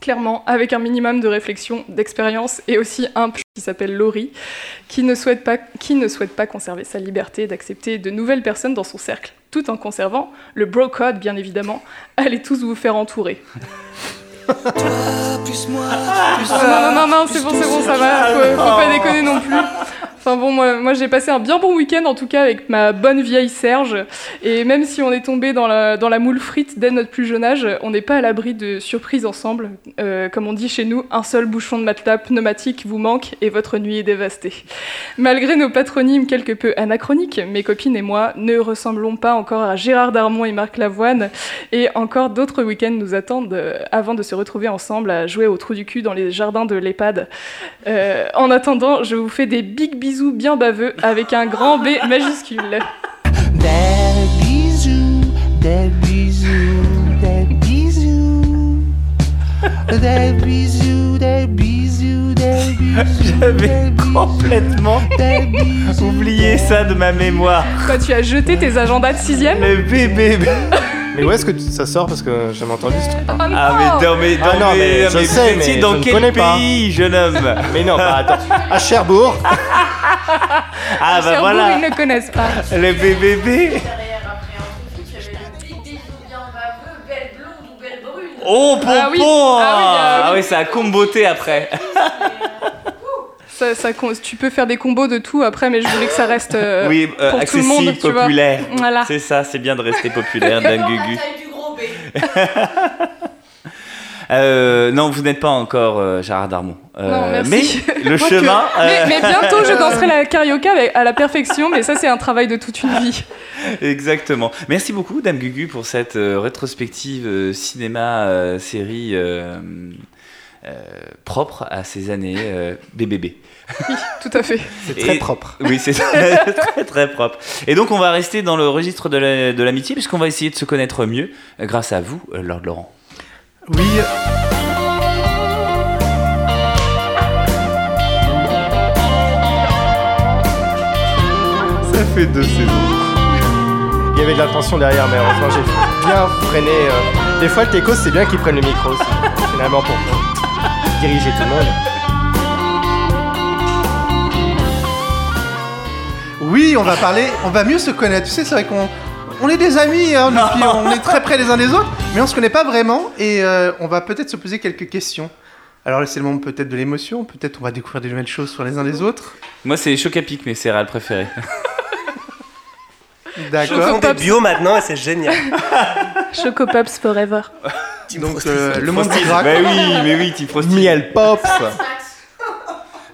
S5: clairement, avec un minimum de réflexion, d'expérience et aussi un p- qui s'appelle Laurie, qui ne, souhaite pas, qui ne souhaite pas conserver sa liberté d'accepter de nouvelles personnes dans son cercle, tout en conservant le bro code, bien évidemment. Allez tous vous faire entourer.
S2: Ah,
S5: Ah, non, non, non, non, c'est bon, c'est bon, ça va, faut, faut pas déconner non plus. Enfin bon, moi, moi, j'ai passé un bien bon week-end en tout cas avec ma bonne vieille Serge. Et même si on est tombé dans la, dans la moule frite dès notre plus jeune âge, on n'est pas à l'abri de surprises ensemble. Euh, comme on dit chez nous, un seul bouchon de matelas pneumatique vous manque et votre nuit est dévastée. Malgré nos patronymes quelque peu anachroniques, mes copines et moi ne ressemblons pas encore à Gérard Darmon et Marc Lavoine. Et encore d'autres week-ends nous attendent euh, avant de se retrouver ensemble à jouer au trou du cul dans les jardins de l'EHPAD. Euh, en attendant, je vous fais des big bisous bien baveux avec un grand B majuscule.
S2: ah. Des bisous, des bisous, des bisous. Des bisous, des bisous, des bisous.
S1: J'avais complètement oublié ça de ma mémoire.
S5: Quand tu as jeté tes agendas de 6ème
S1: Mais bébé
S6: Mais où est-ce que tu- ça sort Parce que j'ai entendu ce truc.
S1: Ah,
S5: Oh,
S1: mais non, mais, non,
S6: Ah non,
S1: mais,
S6: mais
S1: mais
S6: je
S1: vous
S6: sais,
S1: étiez
S6: mais
S1: dans
S6: je ne
S1: quel
S6: connais pas.
S1: pays, jeune homme
S6: Mais non, bah attends. À Cherbourg
S1: Ah, bah voilà
S5: ils ne connaissent pas.
S1: Le BBB Oh, pompon
S5: Ah oui, ah oui,
S1: Ah oui, ça a comboté après.
S5: Ça, ça con- tu peux faire des combos de tout après, mais je voulais que ça reste euh,
S1: oui, euh,
S5: pour tout le
S1: accessible,
S5: monde, tu vois. Mm,
S1: populaire.
S5: Voilà.
S1: C'est ça, c'est bien de rester populaire, d'un gugu. Euh, non, vous n'êtes pas encore euh, Gérard Darmon. Euh,
S5: Non, merci.
S1: Mais le chemin.
S5: Mais,
S1: euh,
S5: mais bientôt, je danserai la carioca avec- à la perfection, mais ça, c'est un travail de toute une vie.
S1: Exactement. Merci beaucoup, Dame Gugu, pour cette euh, rétrospective euh, cinéma-série propre à ces années euh, BBB.
S5: Oui, tout à fait.
S6: C'est très
S1: Et-
S6: propre.
S1: Oui, c'est très, très, très propre. Et donc, on va rester dans le registre de la- de l'amitié, puisqu'on va essayer de se connaître mieux euh, grâce à vous, euh, Lord Laurent.
S4: Oui. Ça fait deux
S6: saisons. Il y avait de l'attention derrière, mais heureusement, j'ai bien freiné. euh. Des fois, le techo, c'est bien qu'ils prennent le micro aussi. Finalement, pour diriger tout le monde.
S4: Oui, on va parler, on va mieux se connaître. Tu sais, c'est vrai qu'on on est des amis, hein, nous, puis on est très près les uns des autres, mais on se connaît pas vraiment et euh, on va peut-être se poser quelques questions. Alors là, c'est le moment peut-être de l'émotion, peut-être on va découvrir des nouvelles choses sur les uns les autres.
S1: Moi, c'est Chocapic, mes céréales préférées.
S9: Choco
S4: D'accord.
S9: Pops. Des bio maintenant et c'est génial.
S5: Choco Pops Forever.
S4: Donc euh, le monde
S1: Frosty.
S4: vibrac.
S1: Bah oui, mais oui, Team Frosty.
S6: Miel Pops.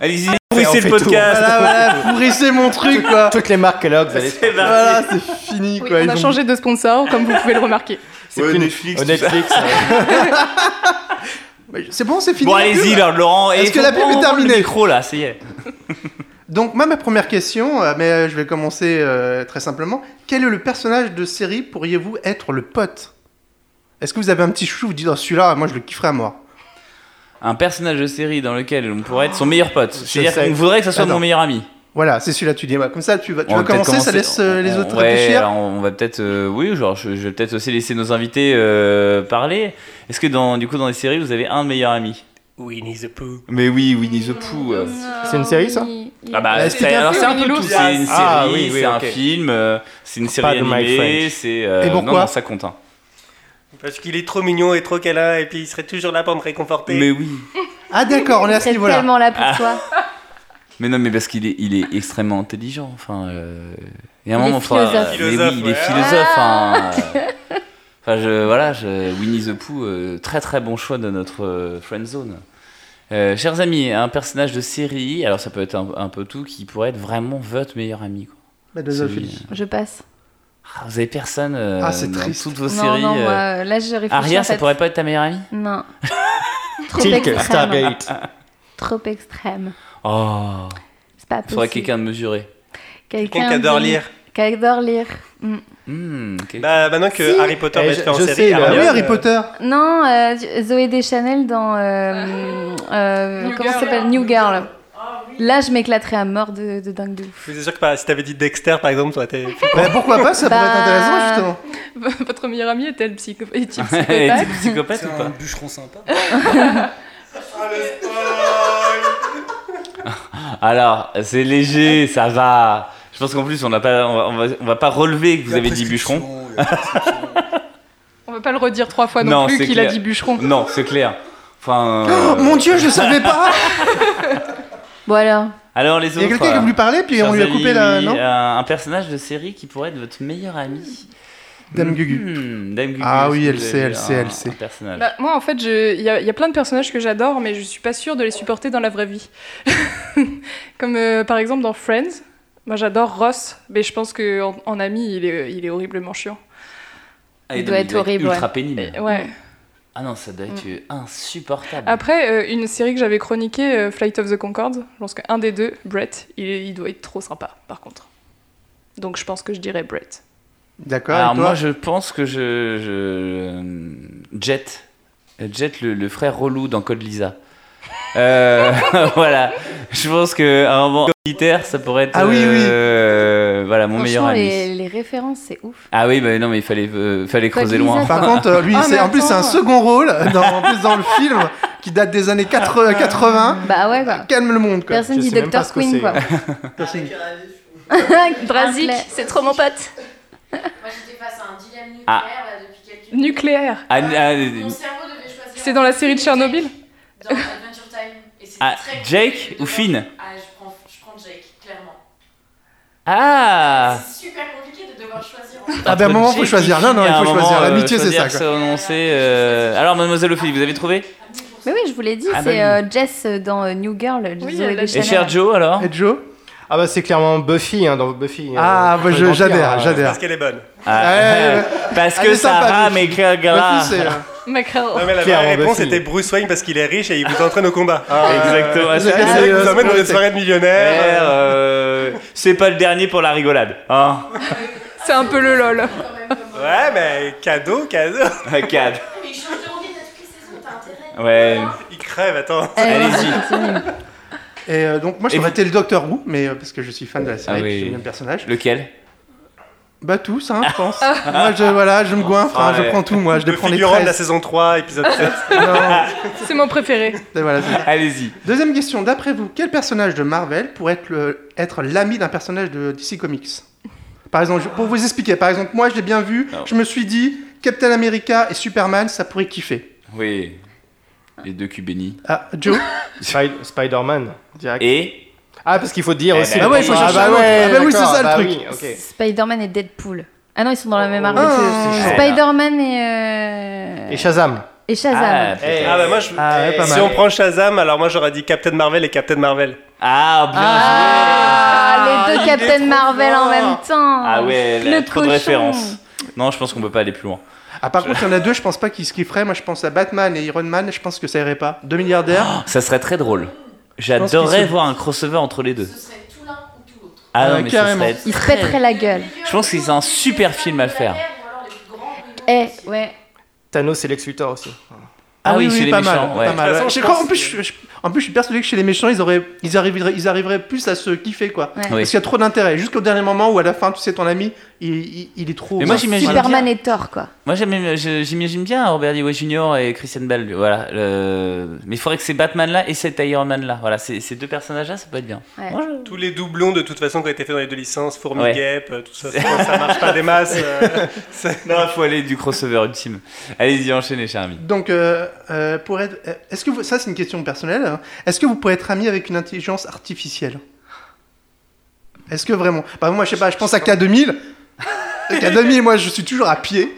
S1: Allez-y, pourrissez le podcast.
S4: Voilà, voilà, Ah, pourrissez mon truc quoi.
S6: Toutes les marques Kellogg's, allez.
S1: C'est parti.
S4: Voilà, c'est fini
S5: Oui,
S4: quoi.
S5: on
S4: ils
S5: a
S4: ont-
S5: changé de sponsor, comme vous pouvez le remarquer.
S6: C'est plus Netflix. Netflix.
S4: C'est bon, c'est fini.
S1: Bon,
S4: la
S1: allez-y,
S4: pub
S1: Lord Laurent. et
S4: Est-ce que la
S1: faut
S4: pub est
S1: prendre
S4: terminée
S1: Le micro, là, ça y est.
S4: Donc, moi, ma première question, euh, mais euh, je vais commencer euh, très simplement. Quel est le personnage de série pourriez-vous être le pote Est-ce que vous avez un petit chou Vous dites, oh, celui-là, moi, je le kifferais à mort.
S1: Un personnage de série dans lequel on pourrait être son meilleur pote. C'est-à-dire
S4: sais.
S1: qu'on voudrait que ça soit
S4: Attends.
S1: mon meilleur ami.
S4: Voilà, c'est celui-là, tu dis. ouais, Comme ça, tu vas, tu
S1: On
S4: vas
S1: va peut-être
S4: commencer, ça laisse euh, les
S1: on-
S4: autres
S1: ouais,
S4: réfléchir.
S1: alors on va peut-être. euh, oui, genre, je, je vais peut-être aussi laisser nos invités euh, parler. Est-ce que dans, du coup, dans les séries, vous avez un meilleur ami
S9: Winnie the Pooh.
S1: Mais oui, Winnie the Pooh. euh.
S6: C'est une série, ça
S1: Ah bah,
S6: Bah,
S1: c'est
S6: expliquez un
S1: alors
S6: peu,
S1: c'est un peu
S6: Winnie
S1: tout.
S6: l'ours.
S1: C'est une série,
S6: Ah, oui, oui,
S1: c'est un
S6: ok.
S1: film, euh, c'est une série
S6: Pas de My
S1: animée,
S6: French.
S1: c'est. euh,
S6: Et
S1: non,
S6: pourquoi
S1: non, ça compte. hein.
S9: Parce qu'il est trop mignon et trop câlin et puis il serait toujours là pour me réconforter.
S1: Mais oui.
S4: Ah, d'accord, on est à ce
S3: C'est
S4: niveau-là.
S3: tellement là pour
S1: Ah.
S3: toi.
S1: Mais non, mais parce qu'il est, il est extrêmement intelligent. Enfin, euh, il y a un
S3: Il est
S1: moment, faudra-
S3: philosophe.
S1: mais oui,
S9: Philosophe,
S1: il est
S9: ouais.
S1: philosophe.
S3: Ah.
S1: hein, euh, Enfin, je, voilà, je, Winnie the Pooh, euh, très très bon choix de notre euh, friend zone. Euh, chers amis, un personnage de série, alors ça peut être un, un peu tout, qui pourrait être vraiment votre meilleur ami. quoi.
S4: Mademoiselle
S1: Celui-
S4: Ophélie.
S3: Je passe.
S1: Ah, vous avez personne euh,
S4: Ah, c'est
S1: dans
S4: triste.
S1: toutes vos
S3: Non,
S1: séries.
S3: non,
S1: euh,
S3: moi, là, j'ai réfléchi.
S1: Aria,
S3: en
S1: ça
S3: fait.
S1: pourrait pas être ta meilleure amie
S3: Non. Trop
S6: Tilk,
S3: extrême.
S6: Stargate.
S3: Trop extrême.
S1: Oh,
S3: C'est pas
S1: il faudrait
S3: possible.
S1: quelqu'un de mesuré.
S3: Quelqu'un
S9: qui adore
S3: de-
S9: lire.
S3: Qui adore lire. Mm.
S1: Hmm, ok.
S9: Bah maintenant que
S3: Si.
S9: Harry Potter
S6: Eh,
S9: va
S6: je-
S9: être fait en
S6: je
S9: série.
S6: sais, bah
S4: Ah
S9: Hermione,
S4: oui, Harry
S9: euh,
S4: Potter.
S3: Non, euh, Zoé Deschanel dans. euh, euh,
S5: New
S3: comment ça
S5: Girl.
S3: s'appelle New Girl. Là, je m'éclaterais à mort de, de dingue de ouf.
S9: Je suis sûr que par- si t'avais dit Dexter par exemple, toi t'es.
S4: Bah, pourquoi pas, ça pourrait être
S3: Bah,
S4: intéressant, justement.
S5: Votre meilleur ami est-elle psycho- est-il psychopathe
S1: Est-il psychopathe ou
S7: C'est
S1: pas
S7: un bûcheron sympa.
S1: Alors, c'est léger, ça va. Je pense qu'en plus, on n'a pas, on va- on va, on va pas relever que vous
S5: La
S1: avez dit bûcheron.
S9: euh,
S5: On va pas le redire trois fois non, plus
S1: c'est
S5: qu'il a
S1: clair.
S5: dit bûcheron.
S1: Non, c'est clair. Enfin. euh,
S4: Oh, mon Dieu, je le savais pas
S3: Bon alors,
S1: Alors les
S4: Il
S1: autres.
S4: y
S1: euh,
S4: a quelqu'un qui a voulu parler, puis
S1: chers
S4: on lui a
S1: amis,
S4: coupé la-
S1: oui,
S4: non
S1: euh, un personnage de série qui pourrait être votre meilleur ami.
S4: Dame Gugu.
S1: Hmm, Dame Gugu.
S4: Ah
S1: est-ce
S4: oui,
S1: que
S4: elle
S1: vous
S4: sait,
S1: avez
S4: elle sait,
S1: un-
S4: elle sait.
S1: un personnage.
S5: Bah, moi, en fait, je- il y, a- il y a plein de personnages que j'adore, mais je suis pas sûre de les supporter dans la vraie vie. Comme euh, par exemple dans Friends, moi j'adore Ross, mais je pense qu'en en, en ami, il est, il est horriblement chiant.
S1: Ah,
S5: il
S1: et
S5: doit
S1: Dame
S5: être
S1: Gugu
S5: horrible,
S1: Ultra
S5: ouais.
S1: pénible.
S5: Et- ouais. Mm.
S1: Ah non, ça doit être euh, insupportable.
S5: Après, euh, une série que j'avais chroniquée, euh, Flight of the Concorde, je pense qu'un des deux, Brett, il, est- il doit être trop sympa, par contre. Donc je pense que je dirais Brett.
S4: D'accord.
S1: Alors
S4: et toi
S1: moi, je pense que je, je- Jet, Euh, Jet, le, le frère relou dans Code Lisa. Euh, voilà. Je pense que à un moment militaire, ça pourrait être.
S3: Ah oui, oui.
S1: euh, voilà, mon meilleur
S3: franchement,
S1: ami.
S3: les, les références, c'est ouf.
S1: Ah oui, bah non, mais il fallait, euh, fallait
S3: Code
S1: creuser
S3: Lisa,
S1: loin.
S4: Par contre, euh, lui, c'est- en plus, c'est un second rôle, dans, en plus dans le film, qui date des années 80. 80.
S3: Bah ouais, quoi.
S4: Calme le monde, quoi.
S3: Personne dit Dr. Queen, quoi.
S5: Brasic, c'est trop mon pote.
S11: Moi, j'étais face à un dilemme nucléaire
S1: Ah.
S11: là, depuis quelques
S5: Nucléaire.
S1: Ah, ah,
S11: Mon cerveau devait choisir.
S5: C'est dans la série de Tchernobyl
S11: Dans Adventure Time. Et c'était
S1: ah,
S11: très
S1: Jake
S11: compliqué de
S1: ou
S11: voir-
S1: Finn
S11: Ah, je prends, je prends Jake, clairement.
S1: Ah.
S11: C'est super compliqué de devoir choisir. en fait.
S4: Ah ben, à un moment, faut
S1: Jake
S4: choisir.
S1: et
S4: Non, non,
S1: Finn,
S4: il
S1: à un
S4: faut choisir.
S1: moment, euh,
S4: L'amitié, c'est
S1: choisir
S4: ça, quoi.
S1: son nom, c'est, euh, Alors, mademoiselle Ophélie, vous avez trouvé
S3: Mais oui, je vous l'ai dit,
S1: Ah,
S3: c'est
S1: bah
S3: euh, Jess euh, dans euh, New Girl. Zoé
S5: elle a-
S3: Deschanel.
S1: Joe alors
S4: Et Joe
S6: Ah bah c'est clairement Buffy hein, dans hein. Buffy.
S4: Ah, bah, je- j'adhère, j'adhère.
S9: Parce qu'elle est bonne.
S1: Ah, Parce que Sarah McGregor.
S5: Macron.
S9: Non, mais la
S1: Claire,
S9: vraie
S1: on va
S9: réponse
S1: finir.
S9: était Bruce Wayne parce qu'il est riche et il vous entraîne au combat.
S1: Exactement.
S4: euh,
S9: C'est vrai qu'il vous emmène dans des soirées de millionnaires.
S1: Euh, c'est pas le dernier pour la rigolade. Hein
S5: C'est un peu le lol.
S9: Ouais, mais cadeau, cadeau.
S1: Un cadre.
S11: Mais il change de robinet à toutes les saisons, t'as intérêt.
S1: Ouais.
S9: Il crève, attends.
S3: Euh, Eh.
S1: Allez-y.
S4: Et euh, donc, moi,
S1: Et
S4: je
S1: vous-
S4: été le Docteur Who, mais euh, parce que je suis fan de la série,
S1: Ah oui.
S4: j'aime bien le personnage.
S1: Lequel
S4: Bah, tous, hein, je pense. moi, je, voilà, je me goinfre, hein,
S1: Ah ouais.
S4: je prends tout, moi, je
S1: Le
S4: prends les
S1: figurant de la
S4: 13.
S9: Saison 3, épisode 7.
S5: C'est mon préféré.
S4: Et voilà, c'est ça.
S1: Allez-y.
S4: Deuxième question, d'après vous, quel personnage de Marvel pourrait être, le- être l'ami d'un personnage de DC Comics Par exemple, je- pour vous expliquer, par exemple, moi je l'ai bien vu, je me suis dit, Captain America et Superman, ça pourrait kiffer.
S1: Oui. Les deux cubes bénis.
S4: Ah, Joe
S6: Spy- Spider-Man. Direct.
S1: Et
S6: Ah parce qu'il faut dire
S1: Eh
S6: aussi.
S1: ben,
S6: le
S1: Ah ouais,
S6: bon
S1: faut
S6: nom.
S1: chercher
S6: ah
S1: un
S6: bah
S1: autre.
S6: ouais,
S1: Ah bah oui,
S6: d'accord,
S1: c'est ça, le
S6: bah
S1: truc.
S6: oui, ok.
S3: Spider-man et Deadpool. Ah non, ils sont dans la même arme.
S6: Ah,
S3: que-
S6: c'est chaud.
S3: Spider-Man et. euh,
S6: Et Shazam.
S3: Et Shazam.
S9: Eh, Ah, bah moi, je...
S6: ouais, pas
S9: si
S6: mal.
S9: on prend Shazam, alors moi j'aurais dit Captain Marvel et Captain Marvel.
S1: Ah, bien
S3: Ah, les deux Captain Marvel en même temps.
S1: Ah ouais, là,
S3: le
S1: trop de
S3: cochon.
S1: références. Non, je pense qu'on peut pas aller plus loin.
S4: Ah, par contre, il y en a deux, je pense pas qu'ils se kifferaient. Moi, je pense à Batman et Iron Man, je pense que ça irait pas. Deux milliardaires.
S1: Ah, Ça serait très drôle.
S4: pense
S1: J'adorerais
S4: qu'ils se-
S1: voir un crossover entre les deux. Ah non,
S4: Ouais,
S1: mais ça
S4: carrément.
S1: serait...
S3: Ils se pèteraient la gueule.
S1: Je pense que c'est un super film à faire.
S3: Eh, ouais.
S6: Thanos et Lex Luthor aussi.
S1: Ah oui, chez les
S4: pas
S1: méchants,
S4: mal.
S1: ouais.
S4: Pas mal
S1: De toute façon,
S4: ouais. Je
S1: je
S4: crois-
S1: pense
S4: en, plus, je, je- en plus, je suis persuadé que chez les méchants, ils, auraient, ils, arriveraient, ils arriveraient plus à se kiffer, quoi.
S3: Ouais.
S1: Oui.
S4: Parce qu'il y a trop d'intérêt. Jusqu'au dernier moment où, à la fin, tu sais, ton ami, il, il- il est trop.
S1: Mais moi, j'imagine
S3: Superman et Thor, quoi.
S1: Moi j'aime- je- j'imagine bien Robert Downey Jr. et Christian Bale, voilà. le- Mais il faudrait que ces Batman là et cet Iron Man là, voilà, ces, ces deux personnages là, ça peut être bien.
S9: Tous les doublons de toute façon qui ont été faits dans les deux licences, Fourmi
S1: Ouais.
S9: Guêpe, euh, tout ça, ça ça marche pas des masses. euh, c'est-
S1: Non, faut aller du crossover ultime. Allez-y, enchaînez, cher ami.
S4: Donc, euh, euh, pour être, euh, est-ce que vous, ça c'est une question personnelle. hein. Est-ce que vous pouvez être ami avec une intelligence artificielle Est-ce que vraiment Bah moi, je sais pas. Je pense à K2000. K2000, moi, je suis toujours à pied.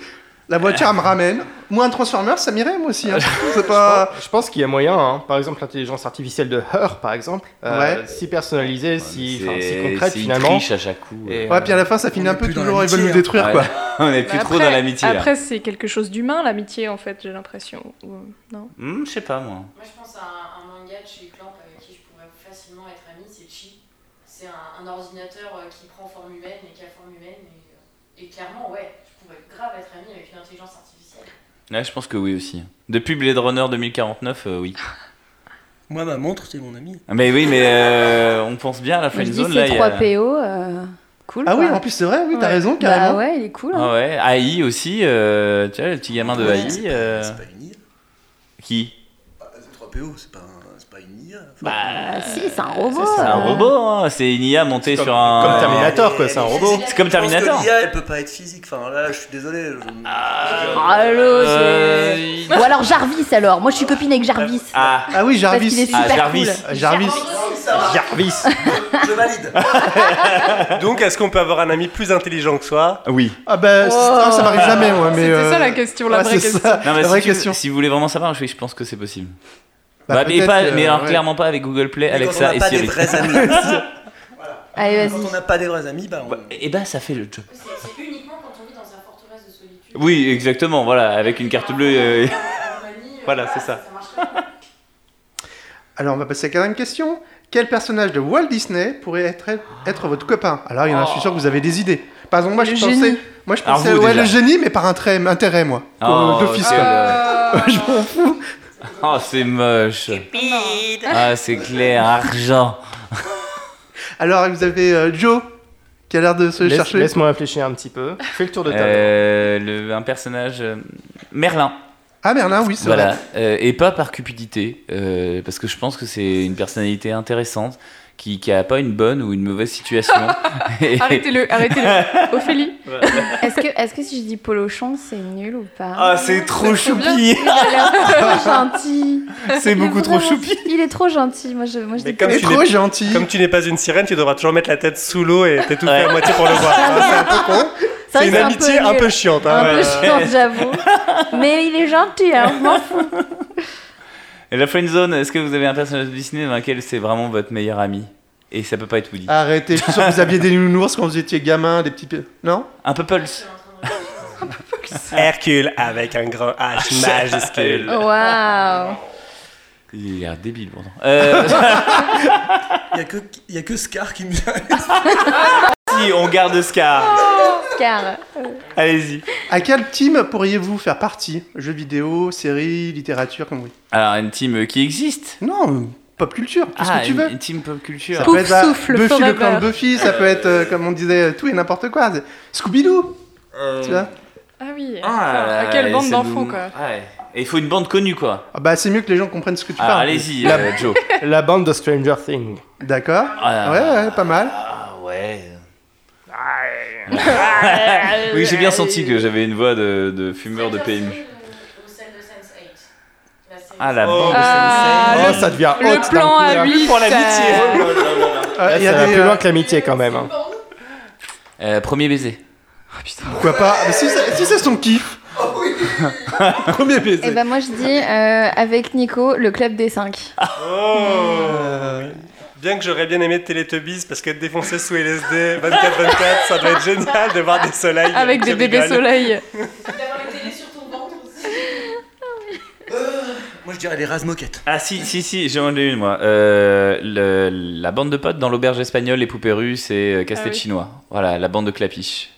S4: La voiture elle me ramène. Moi, un Transformer, ça m'irait moi aussi. hein. C'est pas.
S6: Je pense qu'il y a moyen, hein. par exemple l'intelligence artificielle de Her, par exemple, euh,
S4: Ouais.
S6: si personnalisée, si, enfin, si
S1: C'est-
S6: concrète
S1: c'est- il
S6: finalement.
S1: triche à chaque coup. euh.
S6: Et,
S4: Ouais, puis à la fin, ça finit un peu toujours. Ils veulent nous détruire,
S1: Ouais,
S4: quoi.
S1: On est plus
S5: Bah
S1: trop
S5: après-
S1: dans l'amitié là.
S5: Après, c'est quelque chose d'humain, l'amitié, en fait, j'ai l'impression. Ou- Non
S1: Hmm, je sais pas moi.
S11: Moi, je pense à un, un manga de chez Clamp avec qui je pourrais facilement être ami, c'est Chi. C'est un, un ordinateur euh, qui prend forme humaine et qui a forme humaine. Et, euh, et clairement, ouais, je pourrais grave être ami avec une intelligence artificielle.
S1: Ouais, je pense que oui aussi. Depuis Blade Runner 2049, euh, oui.
S9: Moi,
S1: Ah,
S9: ma montre, c'est mon ami.
S1: Mais oui, mais euh, on pense bien à la
S3: Moi, je
S1: friend
S3: dis
S1: zone
S3: c'est
S1: là. il y a-
S3: 3PO. euh, cool.
S4: Ah oui,
S3: quoi.
S4: en plus, c'est vrai, oui, t'as
S3: Ouais.
S4: raison, carrément.
S3: Bah ouais, il est cool. hein.
S1: Ah ouais, AI aussi, euh, tu vois, le petit gamin de
S7: Ouais.
S1: AI.
S7: C'est pas-
S1: euh,
S7: c'est pas une IA.
S1: Qui
S7: Bah, 3PO, c'est pas, un- c'est pas une IA.
S1: Bah,
S3: si, c'est un robot.
S1: C'est un
S3: euh.
S1: robot, hein. c'est une IA montée sur un.
S6: comme Terminator, quoi, c'est un robot.
S1: C'est comme
S7: Je pense
S1: Terminator.
S7: que l'IA, elle peut pas être physique. Enfin, là, je suis désolé. je-
S9: Ah.
S3: Ah, Allô, c'est-
S1: Euh,
S3: Ou alors Jarvis alors. Moi je suis copine avec Jarvis.
S1: Ah,
S4: Ah oui, Jarvis.
S3: Parce qu'il est super
S1: Ah, Jarvis.
S3: cool.
S4: Jarvis.
S7: Ah
S6: Jarvis.
S7: Je valide.
S1: hein.
S9: Donc, est-ce qu'on peut avoir un ami plus intelligent que soi
S1: Oui.
S4: Ah bah, c'est- ah, ça m'arrive jamais, moi. mais,
S5: Oh. C'était ça
S4: euh,
S5: la question, la
S4: ouais,
S5: vraie
S4: c'est ça.
S5: question.
S1: Non, mais
S4: La
S1: si,
S4: vraie
S1: tu-
S4: question.
S1: si vous voulez vraiment savoir, je, je pense que c'est possible.
S4: Bah,
S1: Bah, mais
S4: peut-être
S1: pas,
S4: que,
S1: mais alors,
S4: ouais.
S1: clairement pas avec Google Play,
S7: Mais
S1: Alexa
S7: quand on
S1: et
S7: n'a pas des
S1: Siri.
S7: vrais amis.
S3: Allez,
S7: Quand
S3: vas-y.
S7: on n'a pas des vrais amis, bah, on...
S1: Et bah, ça fait le job.
S11: C'est c'est uniquement quand on vit dans une forteresse de solitude.
S1: Oui, exactement, voilà, avec une carte bleue. euh,
S9: Voilà, c'est ça.
S4: Alors, on va passer à la quatrième question. Quel personnage de Walt Disney pourrait être, être votre copain Alors, il y en a, je suis sûr que vous avez des idées. Par exemple, moi, je
S5: Le
S4: pensais.
S5: génie.
S4: Moi, je
S1: Alors,
S4: pensais.
S1: vous,
S4: ouais,
S1: déjà.
S4: le génie, mais par un trait, un intérêt, moi.
S1: Oh,
S4: Euh, D'office,
S1: c'est
S4: quoi.
S5: Euh,
S4: Je m'en fous.
S1: Oh, c'est moche.
S5: non.
S1: Ah, c'est clair, argent.
S4: Alors, vous avez euh, Joe, qui a l'air de se
S6: Laisse-
S4: chercher.
S6: Laisse-moi réfléchir un petit peu. Fais le tour de table.
S1: Euh, le, un personnage. euh, Merlin.
S4: Ah, Merlin, oui, c'est
S1: Voilà.
S4: vrai.
S1: Euh, et pas par cupidité, euh, parce que je pense que c'est une personnalité intéressante qui, qui a pas une bonne ou une mauvaise situation. Et-
S4: Ah,
S5: Arrêtez-le, arrêtez-le. Ophélie.
S3: Est-ce que, est-ce que si je dis Polochon, c'est nul ou pas
S1: Ah, c'est trop choupi!
S3: Il a l'air trop gentil.
S1: C'est
S3: Il est
S1: beaucoup trop
S3: vraiment-
S1: choupi!
S3: Il est trop gentil. Moi, je, moi, je
S9: Mais
S3: dis
S9: comme
S4: Il est
S9: tu n'es-
S4: trop gentil.
S9: Comme tu n'es pas une sirène, tu devras toujours mettre la tête sous l'eau et t'étouffer
S1: Ouais.
S9: à moitié pour le voir.
S3: Polochon. C'est
S9: C'est
S3: vrai que
S9: une amitié un peu
S3: nul.
S9: chiante. hein.
S3: Un peu
S1: Ouais.
S3: chiant, j'avoue. Mais il est gentil, hein. je m'en fous.
S1: Et la friendzone, est-ce que vous avez un personnage de Disney dans lequel c'est vraiment votre meilleur ami? Et ça peut pas être Woody.
S4: Arrêtez, je suis sûr que vous aviez des nounours quand vous étiez gamin, des petits. pi- Non
S1: Un peu Pulse.
S4: Ah,
S9: Hercule avec un grand H
S4: euh, oh.
S9: majuscule.
S3: Waouh.
S1: Il a l'air débile pourtant. Euh,
S7: il n'y a, que- il y a que Scar qui me vient.
S1: si, on garde Scar.
S3: Car.
S1: Allez-y.
S4: À quel team pourriez-vous faire partie Jeux vidéo, séries, littérature, comme oui.
S1: Alors, une team qui existe.
S4: Non, euh, pop culture, qu'est-ce
S1: ah,
S4: que tu
S1: une-
S4: veux
S1: une, team pop
S4: Ça
S1: culture.
S4: peut être bah,
S5: souffle,
S4: Buffy le
S5: forever.
S4: clan de Buffy, ça peut être, euh, comme on disait, tout et n'importe quoi. C'est- Scooby-Doo, tu
S1: Mm.
S4: vois
S5: Ah oui.
S1: Euh, Ah,
S5: à quelle bande
S1: c'est
S5: d'enfants,
S1: nous-
S5: quoi.
S1: Ouais. Et il faut une bande connue, quoi.
S4: Ah Bah, c'est mieux que les gens comprennent ce que tu
S1: Ah,
S4: parles.
S1: Allez-y,
S6: La-
S1: euh, Joe.
S6: La bande de Stranger Things.
S4: D'accord
S1: Ah.
S4: Ouais, ouais, pas mal.
S1: Ah, ouais. Oui, j'ai bien senti que j'avais une voix de, de fumeur de
S11: euh,
S1: PMU.
S11: Ou celle de Sense8. La série.
S1: Ah, la
S9: Oh,
S1: bande.
S3: Euh,
S5: Ah,
S6: Oh,
S5: le-
S6: ça devient haute
S5: Le
S6: d'un
S5: plan
S6: coup, là.
S5: à Euh, 8.
S9: Pour l'amitié.
S4: Ah,
S6: Là,
S4: il y a
S6: ça va
S4: des,
S6: plus
S4: euh,
S6: loin que l'amitié quand même. hein.
S1: Euh, premier baiser.
S4: Pourquoi pas Mais Si c'est si c'est son kiff. Premier baiser.
S3: Et ben moi, je dis euh, avec Nico, le club des 5.
S5: Ah,
S9: Oh. Bien que j'aurais bien aimé Teletubbies parce qu'être défoncé sous LSD 24-24, ça doit être génial de voir des soleils.
S5: Avec des
S9: Je
S5: bébés
S9: rigole.
S5: soleil.
S11: D'avoir une télé sur ton ventre aussi.
S7: Moi, je dirais les Razmoquettes.
S1: Ah, si, si, si, j'en ai une, moi. Euh, le- la bande de potes dans l'auberge espagnole, les poupées russes et euh, casse-tête
S5: Ah oui.
S1: chinois. Voilà, la bande de clapiche.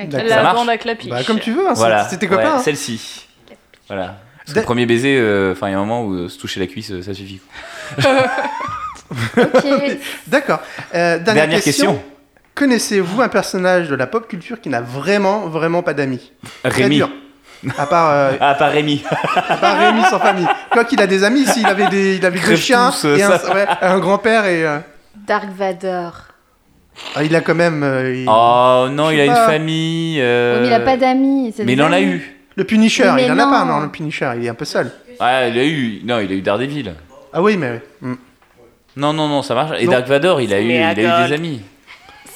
S4: Ah, D'accord.
S1: Ça
S5: La
S1: marche
S5: bande à clapiche.
S4: Bah, comme tu veux, hein,
S1: Voilà.
S4: c'est- c'est tes copains.
S1: Ouais,
S4: hein.
S1: Celle-ci. Voilà. Parce que
S4: Da-
S1: premier baiser, euh, enfin, il y a un moment où euh, se toucher la cuisse, euh, ça suffit.
S3: Ok.
S4: D'accord. Euh, dernière,
S1: Dernière question.
S4: Connaissez-vous un personnage de la pop culture qui n'a vraiment, vraiment pas d'amis Très
S1: Rémi.
S4: dur. À part, euh,
S1: Ah, pas Rémi.
S4: à part Rémi sans famille. Quoi qu'il a des amis, s'il avait, des, il avait deux
S1: Crève
S4: chiens,
S1: tous, euh,
S4: et un,
S1: ça.
S4: ouais, un grand-père et... euh,
S3: Dark Vador.
S4: ah, il a quand même... euh, il-
S1: Oh non,
S4: Je
S1: il
S4: sais
S1: a une
S4: pas.
S1: famille.
S3: Oui,
S1: euh,
S3: mais il ah, a pas d'amis. c'est
S1: mais il
S3: des
S1: en a
S3: amis.
S1: eu.
S4: Le Punisher,
S3: Mais
S4: il en a
S3: non.
S4: pas, non, le Punisher, il est un peu seul.
S1: Ouais, Ah, il a eu. Non, il a eu Daredevil.
S4: Ah oui, mais oui. Mm.
S1: Non, non, non, ça marche. Et
S4: Non.
S1: Dark Vador, il a eu, il a eu des amis.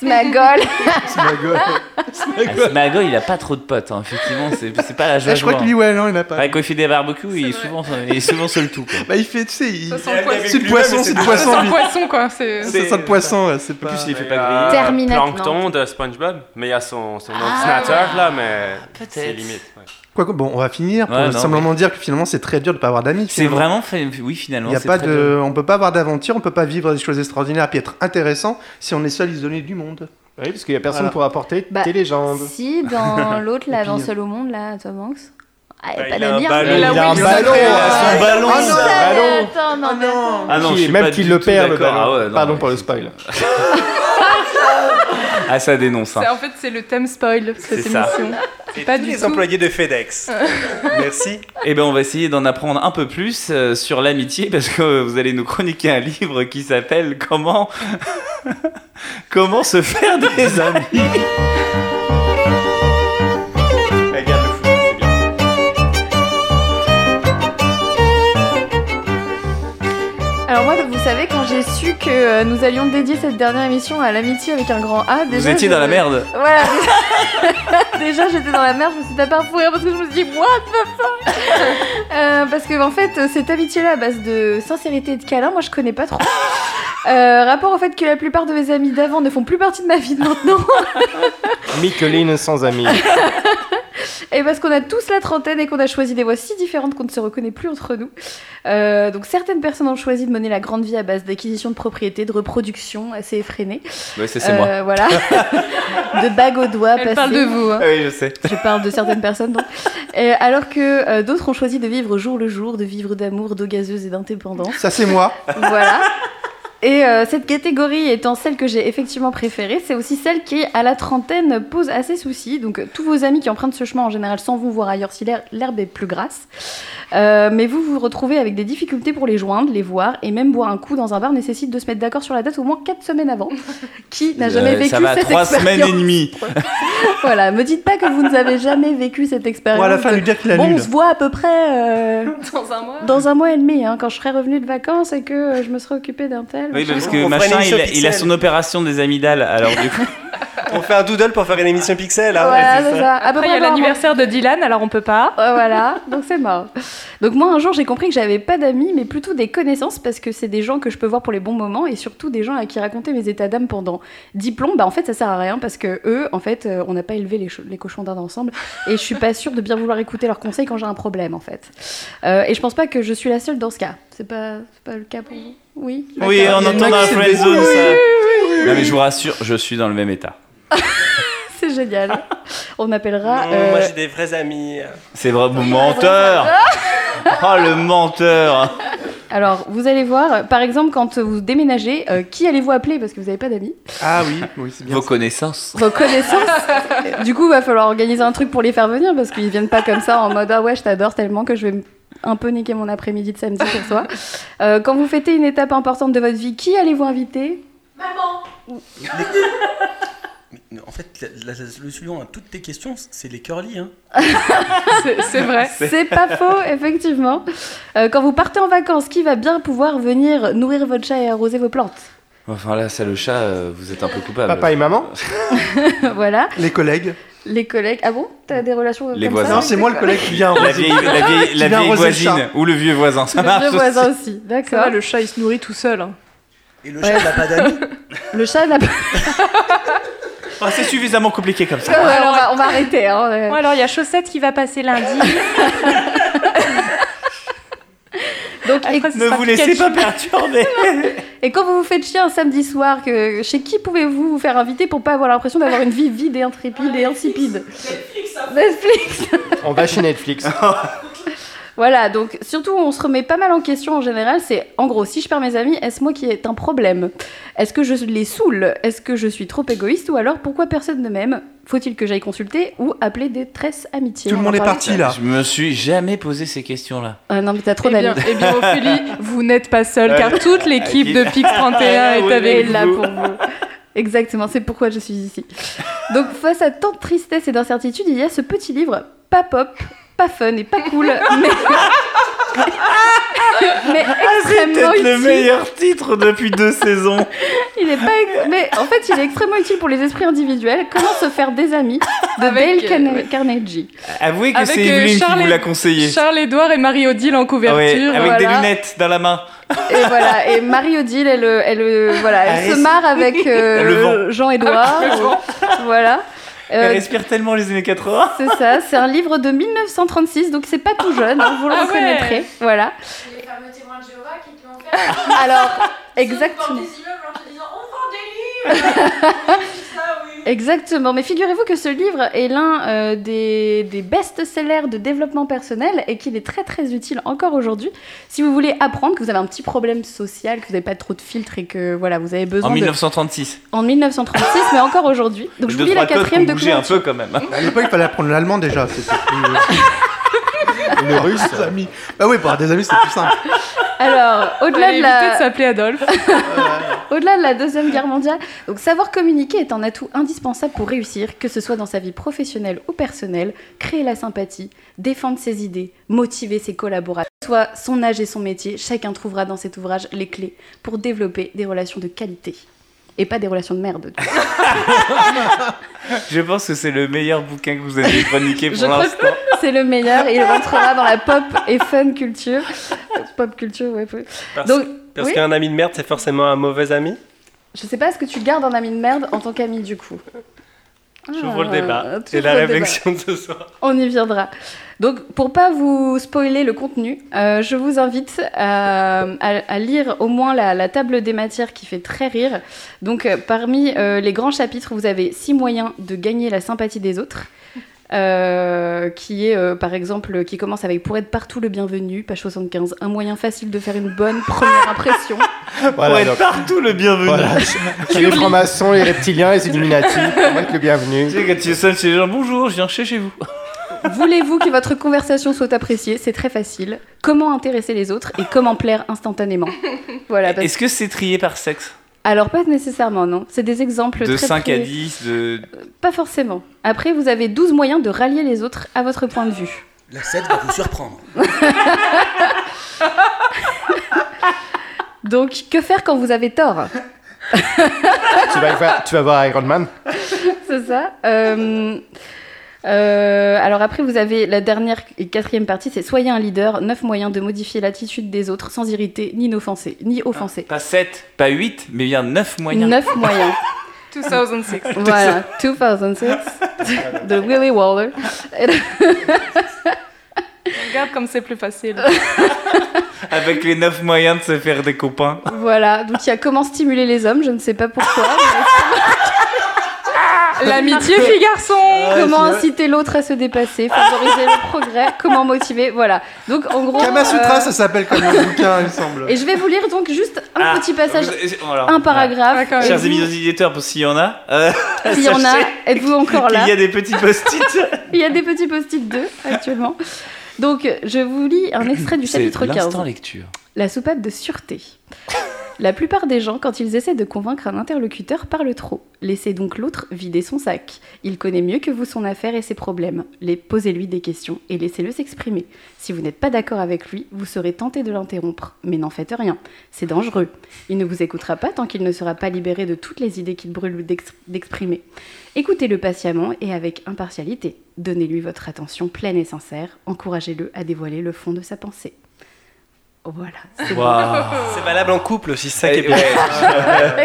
S3: Smagol.
S4: Smagol.
S1: Ah, Smago, il a pas trop de potes, hein. effectivement. C'est c'est pas la joie.
S4: Ah, je crois
S1: de
S4: que
S1: voir.
S4: lui, ouais, non, il n'a pas.
S1: Ouais, quand il fait des barbecues, il est,
S5: vrai.
S1: souvent, il est souvent seul tout. Quoi.
S4: Bah, il fait, tu sais, il...
S5: Ça sent
S9: Il y
S5: le
S9: a
S5: poisson.
S9: avec
S4: c'est le
S9: lui-même,
S4: poisson,
S9: mais
S4: c'est le
S5: Ça sent
S4: poisson,
S5: le
S4: lui.
S5: poisson, quoi. C'est.
S4: Ça sent le poisson, ouais, c'est pas.
S1: En plus, il fait
S9: mais,
S1: pas
S9: euh,
S1: griller.
S3: Terminator, non.
S13: Plankton de SpongeBob, mais il y a son, son ordinateur là, mais c'est limite. ouais.
S4: Quoi que- bon, on va finir pour
S1: Ouais, non,
S4: simplement dire que finalement, c'est très dur de pas avoir d'amis.
S1: C'est
S4: finalement.
S1: vraiment fait. Oui, finalement.
S4: Il y a
S1: c'est
S4: pas
S1: très
S4: de, on peut pas avoir d'aventure, on peut pas vivre des choses extraordinaires puis être intéressant si on est seul isolé du monde.
S6: Oui, parce qu'il n'y a personne
S4: Voilà.
S6: pour apporter
S3: Bah,
S6: tes légendes.
S3: Si, dans l'autre, là,
S4: puis,
S3: dans
S4: euh,
S3: Seul au Monde, là, Tom Hanks. Ah,
S9: Bah,
S3: y a pas
S9: il a un
S3: d'avenir.
S9: ballon,
S3: mais-
S9: il a
S6: un
S4: oui,
S6: ballon.
S4: c'est
S6: là.
S4: vrai.
S1: Son ballon.
S3: Ah, non,
S1: Son
S3: mais
S6: ballon.
S3: Attends, Oh
S4: Oh,
S3: non, mais attends.
S1: Ah non, je
S6: Qui-
S1: suis
S6: même
S1: pas
S6: qu'il
S1: du
S6: le
S1: tout Ah
S6: perd, le
S1: d'accord.
S6: ballon.
S1: Ah ouais, non,
S6: Pardon
S1: mais
S6: pour le
S1: c'est-
S6: spoil.
S1: Ah, ça dénonce. hein.
S5: C'est- En fait, c'est le thème spoil cette
S1: C'est ça.
S5: émission. C'est pas
S9: tous
S5: du
S9: les
S5: tout-
S9: employés de FedEx. Merci.
S1: Eh bien, on va essayer d'en apprendre un peu plus euh, sur l'amitié parce que euh, vous allez nous chroniquer un livre qui s'appelle Comment Comment se faire des amis.
S6: Regarde le fou, c'est bien.
S3: Alors moi, vous savez, quand j'ai su que euh, nous allions dédier cette dernière émission à l'amitié avec un grand A, déjà...
S1: Vous étiez
S3: je-
S1: dans la merde.
S3: Voilà, déjà, déjà, j'étais dans la merde, je me suis tapé un fou rire parce que je me suis dit, what the fuck Euh, Parce que en fait, euh, cette amitié-là, à base de sincérité et de câlin, moi je connais pas trop. Euh, rapport au fait que la plupart de mes amis d'avant ne font plus partie de ma vie de maintenant,
S6: Micheline sans amis.
S3: et parce qu'on a tous la trentaine et qu'on a choisi des voies si différentes qu'on ne se reconnaît plus entre nous. Euh, donc certaines personnes ont choisi de mener la grande vie à base d'acquisition de propriétés, de reproduction assez effrénée.
S1: Ouais, ça, c'est moi.
S3: Euh, Voilà. de bagues aux doigts.
S5: Elle parle
S3: passées.
S5: de vous, hein.
S1: Ah oui, je sais.
S3: Je parle de certaines personnes, donc. Et alors que euh, d'autres ont choisi de vivre jour le jour, de vivre d'amour, d'eau gazeuse et d'indépendance.
S4: Ça, c'est moi.
S3: Voilà. Et euh, cette catégorie étant celle que j'ai effectivement préférée, c'est aussi celle qui, à la trentaine, pose assez souci. Donc, euh, tous vos amis qui empruntent ce chemin, en général, s'en vont voir ailleurs si l'her- l'herbe est plus grasse. Euh, mais vous, vous vous retrouvez avec des difficultés pour les joindre, les voir, et même boire un coup dans un bar nécessite de se mettre d'accord sur la date au moins 4 semaines avant. Qui n'a jamais
S1: Euh,
S3: vécu
S1: ça va,
S3: cette
S1: trois semaines et
S3: expérience
S1: demie.
S3: voilà, me dites pas que vous n'avez jamais vécu cette expérience.
S1: Bon, à la fin,
S3: de-
S1: lui dire qu'il
S3: Bon,
S1: annule.
S3: on se voit à peu près euh,
S5: dans un mois.
S3: dans un mois et demi, hein, quand je serai revenue de vacances et que euh, je me serai occupée d'un tel.
S1: Oui,
S3: machin.
S1: parce que
S9: On fera une
S1: machin, il a,
S9: émission
S1: il a
S9: pixel.
S1: son opération des amygdales. Alors, du coup,
S9: On fait un doodle pour faire une émission pixel. Hein,
S3: Voilà,
S9: ouais, c'est
S3: c'est
S9: ça.
S3: ça. À peu
S5: Après, il y
S3: près
S5: a
S3: mort,
S5: l'anniversaire de Dylan, alors on peut pas.
S3: Ouais, voilà, donc c'est mort. Donc moi un jour j'ai compris que j'avais pas d'amis mais plutôt des connaissances parce que c'est des gens que je peux voir pour les bons moments et surtout des gens à qui raconter mes états d'âme pendant diplôme bah en fait ça sert à rien parce que eux en fait euh, on n'a pas élevé les, cho- les cochons d'Inde ensemble et je suis pas sûre de bien vouloir écouter leurs conseils quand j'ai un problème en fait. Euh, et je pense pas que je suis la seule dans ce cas. C'est pas c'est pas le cas pour vous. Oui.
S1: oui,
S3: D'accord.
S1: on entend dans la
S4: Oui,
S1: friend zone
S4: oui,
S1: ça.
S3: oui, oui.
S1: Non, mais je vous rassure, je suis dans le même état.
S3: C'est génial. On appellera
S9: Non,
S3: euh,
S9: Moi j'ai des vrais amis.
S1: C'est vraiment menteur.
S3: bah,
S1: Oh, le menteur.
S3: Alors, vous allez voir, par exemple, quand vous déménagez, euh, qui allez-vous appeler parce que vous n'avez pas d'amis
S4: Ah oui, oui, c'est
S1: Vos connaissances.
S3: Vos connaissances Du coup, va falloir organiser un truc pour les faire venir parce qu'ils viennent pas comme ça en mode Ah ouais, je t'adore tellement que je vais m- un peu niquer mon après-midi de samedi pour toi. Euh, quand vous fêtez une étape importante de votre vie, qui allez-vous inviter
S11: Maman
S7: En fait, la, la- la solution à toutes tes questions, c'est les curly. Hein.
S5: C'est- C'est vrai.
S3: C'est pas faux, effectivement. Euh, quand vous partez en vacances, qui va bien pouvoir venir nourrir votre chat et arroser vos plantes
S1: Enfin, là, ça, le chat, euh, vous êtes un peu coupable.
S6: Papa et maman
S3: Voilà.
S4: Les collègues.
S3: Les collègues. Ah bon T'as des relations
S1: Les
S3: comme
S1: voisins.
S3: ça
S4: Non, c'est moi le collègue qui vient
S1: La
S4: arroser.
S1: vieille, la vieille-
S4: Qui
S1: la
S4: vient
S1: vieille
S4: arroser le
S1: voisine
S4: chat.
S1: ou le vieux voisin, ça
S3: Le
S1: marche
S3: vieux
S1: aussi.
S3: voisin aussi,
S5: Ça va,
S3: d'accord.
S5: le chat il se nourrit tout seul. hein.
S7: Et le
S3: Ouais.
S7: chat n'a pas d'amis.
S3: Le chat n'a pas.
S1: Oh, c'est suffisamment compliqué comme
S3: Ouais,
S1: ça.
S3: on, va, on va arrêter. hein, euh.
S5: Bon, alors il y a Chaussette qui va passer lundi.
S3: Donc, et,
S5: Après, ce
S1: Ne
S5: sera
S1: vous laissez
S5: Pikachu.
S1: pas perturber.
S3: et quand vous vous faites chier un samedi soir, que, chez qui pouvez-vous vous faire inviter pour pas avoir l'impression d'avoir une vie vide et intrépide et insipide Netflix
S6: On va chez Netflix.
S3: Voilà, donc surtout on se remet pas mal en question en général, c'est en gros si je perds mes amis, est-ce moi qui est un problème Est-ce que je les saoule Est-ce que je suis trop égoïste Ou alors pourquoi personne ne m'aime Faut-il que j'aille consulter ou appeler détresse amitié
S4: Tout le
S3: On en
S4: monde est
S3: parlait.
S4: parti là.
S1: Je me suis jamais posé ces questions-là.
S3: Ah non mais t'as trop
S5: Eh bien,
S3: d'amis.
S5: eh bien, Ophélie, vous n'êtes pas seule car toute l'équipe de Pix31 est
S3: Et
S5: avec
S3: là
S5: vous.
S3: pour vous. Exactement, c'est pourquoi je suis ici. Donc face à tant de tristesse et d'incertitude, il y a ce petit livre, pas pop, pas fun et pas cool, mais, mais
S1: Ah, C'est
S3: extrêmement
S1: peut-être le
S3: utile.
S1: meilleur titre depuis deux saisons.
S3: Il est pas, ex- mais en fait, il est extrêmement utile pour les esprits individuels. Comment se faire des amis de
S5: Avec,
S3: Dale Carne-
S5: euh, ouais.
S3: Carnegie.
S1: Avouez que
S5: Avec,
S1: c'est
S5: euh,
S1: Evelyne qui
S5: Charles
S1: vous
S5: et-
S1: l'a conseillé.
S5: Charles-Édouard et Marie-Odile en
S1: Ah
S5: couverture.
S1: ouais, avec des
S3: voilà.
S1: lunettes dans la main.
S3: Et voilà. Et Marie Odile, elle, euh, elle, euh, voilà, elle
S1: Ah, Elle
S3: se marre avec euh,
S1: Le vent.
S3: Jean-Édouard.
S5: Ah,
S3: Voilà.
S1: Elle
S3: Euh,
S1: respire tellement les années 80.
S3: C'est ça, c'est un livre de 1936, donc c'est pas tout jeune, hein, vous le
S5: Ah ouais.
S3: reconnaîtrez. Voilà.
S11: Les fameux témoins de Jéhovah qui te l'ont fait.
S3: Alors,
S11: Ils sont devant
S3: exactement.
S11: des immeubles en te disant On vend des livres Oui, ça, oui.
S3: Exactement, mais figurez-vous que ce livre est l'un euh, des, des best-sellers de développement personnel et qu'il est très très utile encore aujourd'hui. Si vous voulez apprendre que vous avez un petit problème social, que vous n'avez pas trop de filtres et que voilà, vous avez besoin
S1: En
S3: de...
S1: 1936.
S3: En 1936, mais encore aujourd'hui. Donc je vous
S1: Deux,
S3: lis la
S1: trois codes
S3: quatrième
S1: qu'on
S3: de
S1: bougeait un
S3: couverture.
S1: peu quand même.
S4: À l'époque, il fallait apprendre l'allemand déjà. C'était plus.
S1: Le russe.
S4: Des amis. Bah oui, pour avoir des amis, c'est plus simple.
S3: Alors, au-delà
S5: Allez,
S3: de la...
S5: évitez de
S3: s'appeler Adolphe. au-delà de la Deuxième Guerre mondiale, donc savoir communiquer est un atout indispensable pour réussir, que ce soit dans sa vie professionnelle ou personnelle, créer la sympathie, défendre ses idées, motiver ses collaborateurs. Soit son âge et son métier, chacun trouvera dans cet ouvrage les clés pour développer des relations de qualité. Et pas des relations de merde. du coup.
S1: Je pense que c'est le meilleur bouquin que vous avez chroniqué
S3: Je
S1: pour
S3: crois
S1: l'instant.
S3: que c'est le meilleur. Il rentrera dans la pop et fun culture. Pop culture, ouais. peu-
S9: Parce,
S3: Donc,
S9: parce
S3: oui.
S9: qu'un ami de merde, c'est forcément un mauvais ami.
S3: Je sais pas ce que tu gardes un ami de merde en tant qu'ami du coup.
S9: J'ouvre le
S3: Ah,
S9: débat.
S3: tu
S9: Et la
S3: ouvres le débat.
S9: réflexion de ce soir.
S3: On y viendra. Donc, pour pas vous spoiler le contenu, euh, je vous invite euh, à, à lire au moins la, la table des matières qui fait très rire. Donc, euh, parmi euh, les grands chapitres, vous avez six moyens de gagner la sympathie des autres. euh, qui est euh, par exemple qui commence avec pour être partout le bienvenu page 75 un moyen facile de faire une bonne première impression
S1: Pour être partout le bienvenu.
S6: C'est les francs-maçons, les reptiliens, les Illuminati. Pour être le bienvenu.
S1: Tu sais, quand tu es seul chez les gens, bonjour, je viens chez, chez vous.
S3: Voulez-vous que votre conversation soit appréciée C'est très facile. Comment intéresser les autres et comment plaire instantanément Voilà. Bah, parce-
S1: Est-ce que c'est trié par sexe
S3: Alors, pas nécessairement, non. C'est des exemples
S1: De
S3: très
S1: 5 à
S3: pris-
S1: 10, de.
S3: Pas forcément. Après, vous avez 12 moyens de rallier les autres à votre point de vue.
S7: La 7 va vous surprendre.
S3: Donc, que faire quand vous avez tort
S6: tu, vas voir, tu vas voir Iron Man.
S3: C'est ça. Euh, euh, alors après, vous avez la dernière et quatrième partie, c'est soyez un leader, 9 moyens de modifier l'attitude des autres sans irriter, ni offenser, ni offenser.
S1: Pas 7, pas 8, mais bien 9 moyens.
S3: 9 moyens.
S5: 2006.
S3: Voilà, 2006 de Willy Waller.
S5: Regarde comme c'est plus facile.
S1: Avec les 9 moyens de se faire des copains.
S3: Voilà, donc il y a comment stimuler les hommes, je ne sais pas pourquoi. mais-
S5: L'amitié fille garçon.
S3: Comment
S5: Ouais, c'est-
S3: inciter l'autre à se dépasser, favoriser le progrès, comment motiver, voilà. Donc en gros.
S4: Kama Sutra,
S3: euh,
S4: ça s'appelle comme le bouquin, il me semble.
S3: Et je vais vous lire donc juste un
S1: Ah,
S3: petit passage,
S1: vous- alors,
S3: un paragraphe. Et
S1: Chers
S3: vous-
S1: amis auditeurs, pour s'il y en a, euh,
S3: S'il y en a,
S1: sachez
S3: êtes-vous encore là
S1: qu'il y a des petits post-it.
S3: Il y a des petits post-it 2 actuellement. Donc, je vous lis un extrait du chapitre 15.
S1: l'instant lecture.
S3: La soupape de sûreté. La plupart des gens, quand ils essaient de convaincre un interlocuteur, parlent trop. Laissez donc l'autre vider son sac. Il connaît mieux que vous son affaire et ses problèmes. Les- Posez-lui des questions et laissez-le s'exprimer. Si vous n'êtes pas d'accord avec lui, vous serez tenté de l'interrompre, mais n'en faites rien. C'est dangereux. Il ne vous écoutera pas tant qu'il ne sera pas libéré de toutes les idées qu'il brûle d'ex- d'exprimer. Écoutez-le patiemment et avec impartialité. Donnez-lui votre attention pleine et sincère. Encouragez-le à dévoiler le fond de sa pensée. Voilà. c'est bon.
S9: C'est valable en couple aussi, c'est ça qui est
S1: Eh,
S9: bien.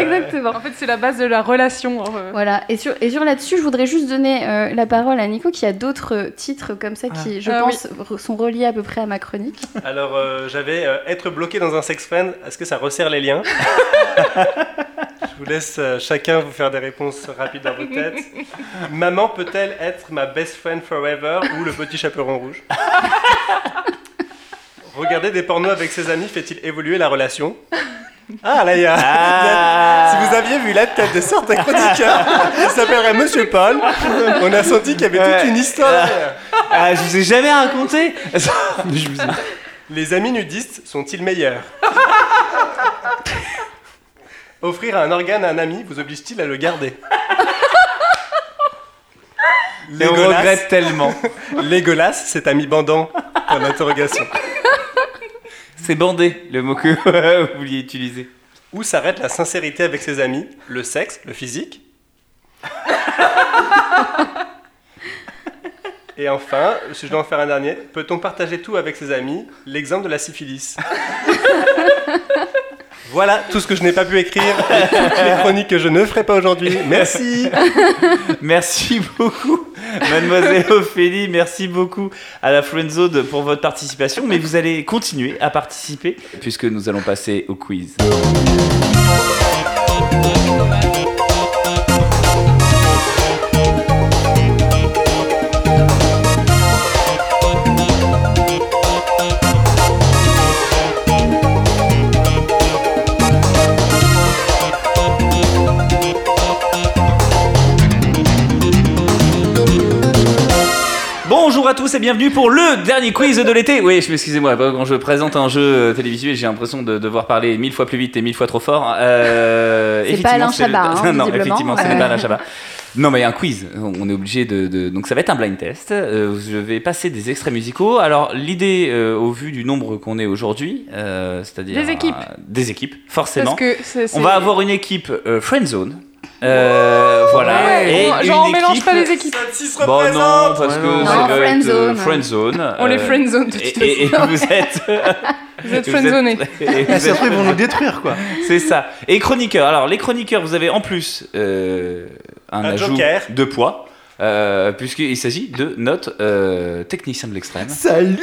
S3: Exactement.
S5: En fait, c'est la base de la relation. euh.
S3: Voilà, et sur, et sur là-dessus, je voudrais juste donner euh, la parole à Nico qui a d'autres euh, titres comme ça qui, je
S5: Ah
S3: pense, re- sont reliés à peu près à ma chronique.
S9: Alors, euh, j'avais euh, être bloqué dans un sex friend. Est-ce que ça resserre les liens Je vous laisse euh, chacun vous faire des réponses rapides dans vos têtes. Maman peut-elle être ma best friend forever ou le petit chaperon rouge Regarder des pornos avec ses amis fait-il évoluer la relation Ah là, il y a.
S1: Ah.
S9: Si vous aviez vu la tête de certains chroniqueurs, il s'appellerait Monsieur Paul. On a senti qu'il y avait toute une histoire. derrière.
S1: Ah, je vous ai jamais raconté
S9: Les amis nudistes sont-ils meilleurs Offrir un organe à un ami vous oblige-t-il à le garder
S1: Et on regrette tellement.
S9: Légolas, cet ami bandant Point d'interrogation.
S1: C'est bandé, le mot que vous vouliez utiliser.
S9: Où s'arrête la sincérité avec ses amis Le sexe Le physique Et enfin, si je dois en faire un dernier, peut-on partager tout avec ses amis L'exemple de la syphilis. voilà tout ce que je n'ai pas pu écrire, et toutes les chroniques que je ne ferai pas aujourd'hui. Merci
S1: Merci beaucoup, mademoiselle Ophélie. Merci beaucoup à la Friendzone pour votre participation. Mais vous allez continuer à participer puisque nous allons passer au quiz. Bonjour à tous et bienvenue pour le dernier quiz de l'été. Oui, je- excusez-moi, quand je présente un jeu euh, télévisuel, j'ai l'impression de devoir parler mille fois plus vite et mille fois trop fort. Euh,
S3: C'est
S1: effectivement,
S3: pas Alain
S1: c'est le-
S3: Chabat, hein,
S1: Non,
S3: visiblement.
S1: effectivement, ce n'est
S3: Euh.
S1: pas Alain Chabat. Non, mais il y a un quiz. On est obligé de, de- Donc, ça va être un blind test. Euh, je vais passer des extraits musicaux. Alors, l'idée, euh, au vu du nombre qu'on est aujourd'hui, euh, c'est-à-dire.
S5: Des équipes.
S1: euh, des équipes, forcément.
S5: Parce que c'est- c'est-
S1: On va avoir une équipe euh, Friendzone. Euh, voilà.
S5: Ouais,
S1: et
S5: on-
S1: une
S5: genre, on mélange
S1: équipe-
S5: pas les équipes.
S1: Bon non, parce que
S5: Non,
S1: ça va être euh,
S5: friendzone.
S1: friendzone.
S5: On les friendzone, de
S1: et-
S5: toute
S1: et, et
S5: façon.
S1: vous êtes...
S5: Vous êtes friendzonés.
S4: Ah, c'est après, ils vont nous détruire, quoi.
S1: C'est ça. Et chroniqueurs. Alors, les chroniqueurs, vous avez en plus euh, un,
S9: Un
S1: ajout
S9: joker.
S1: de poids. euh, Puisqu'il s'agit de notre euh, technicien de l'extrême.
S6: Salut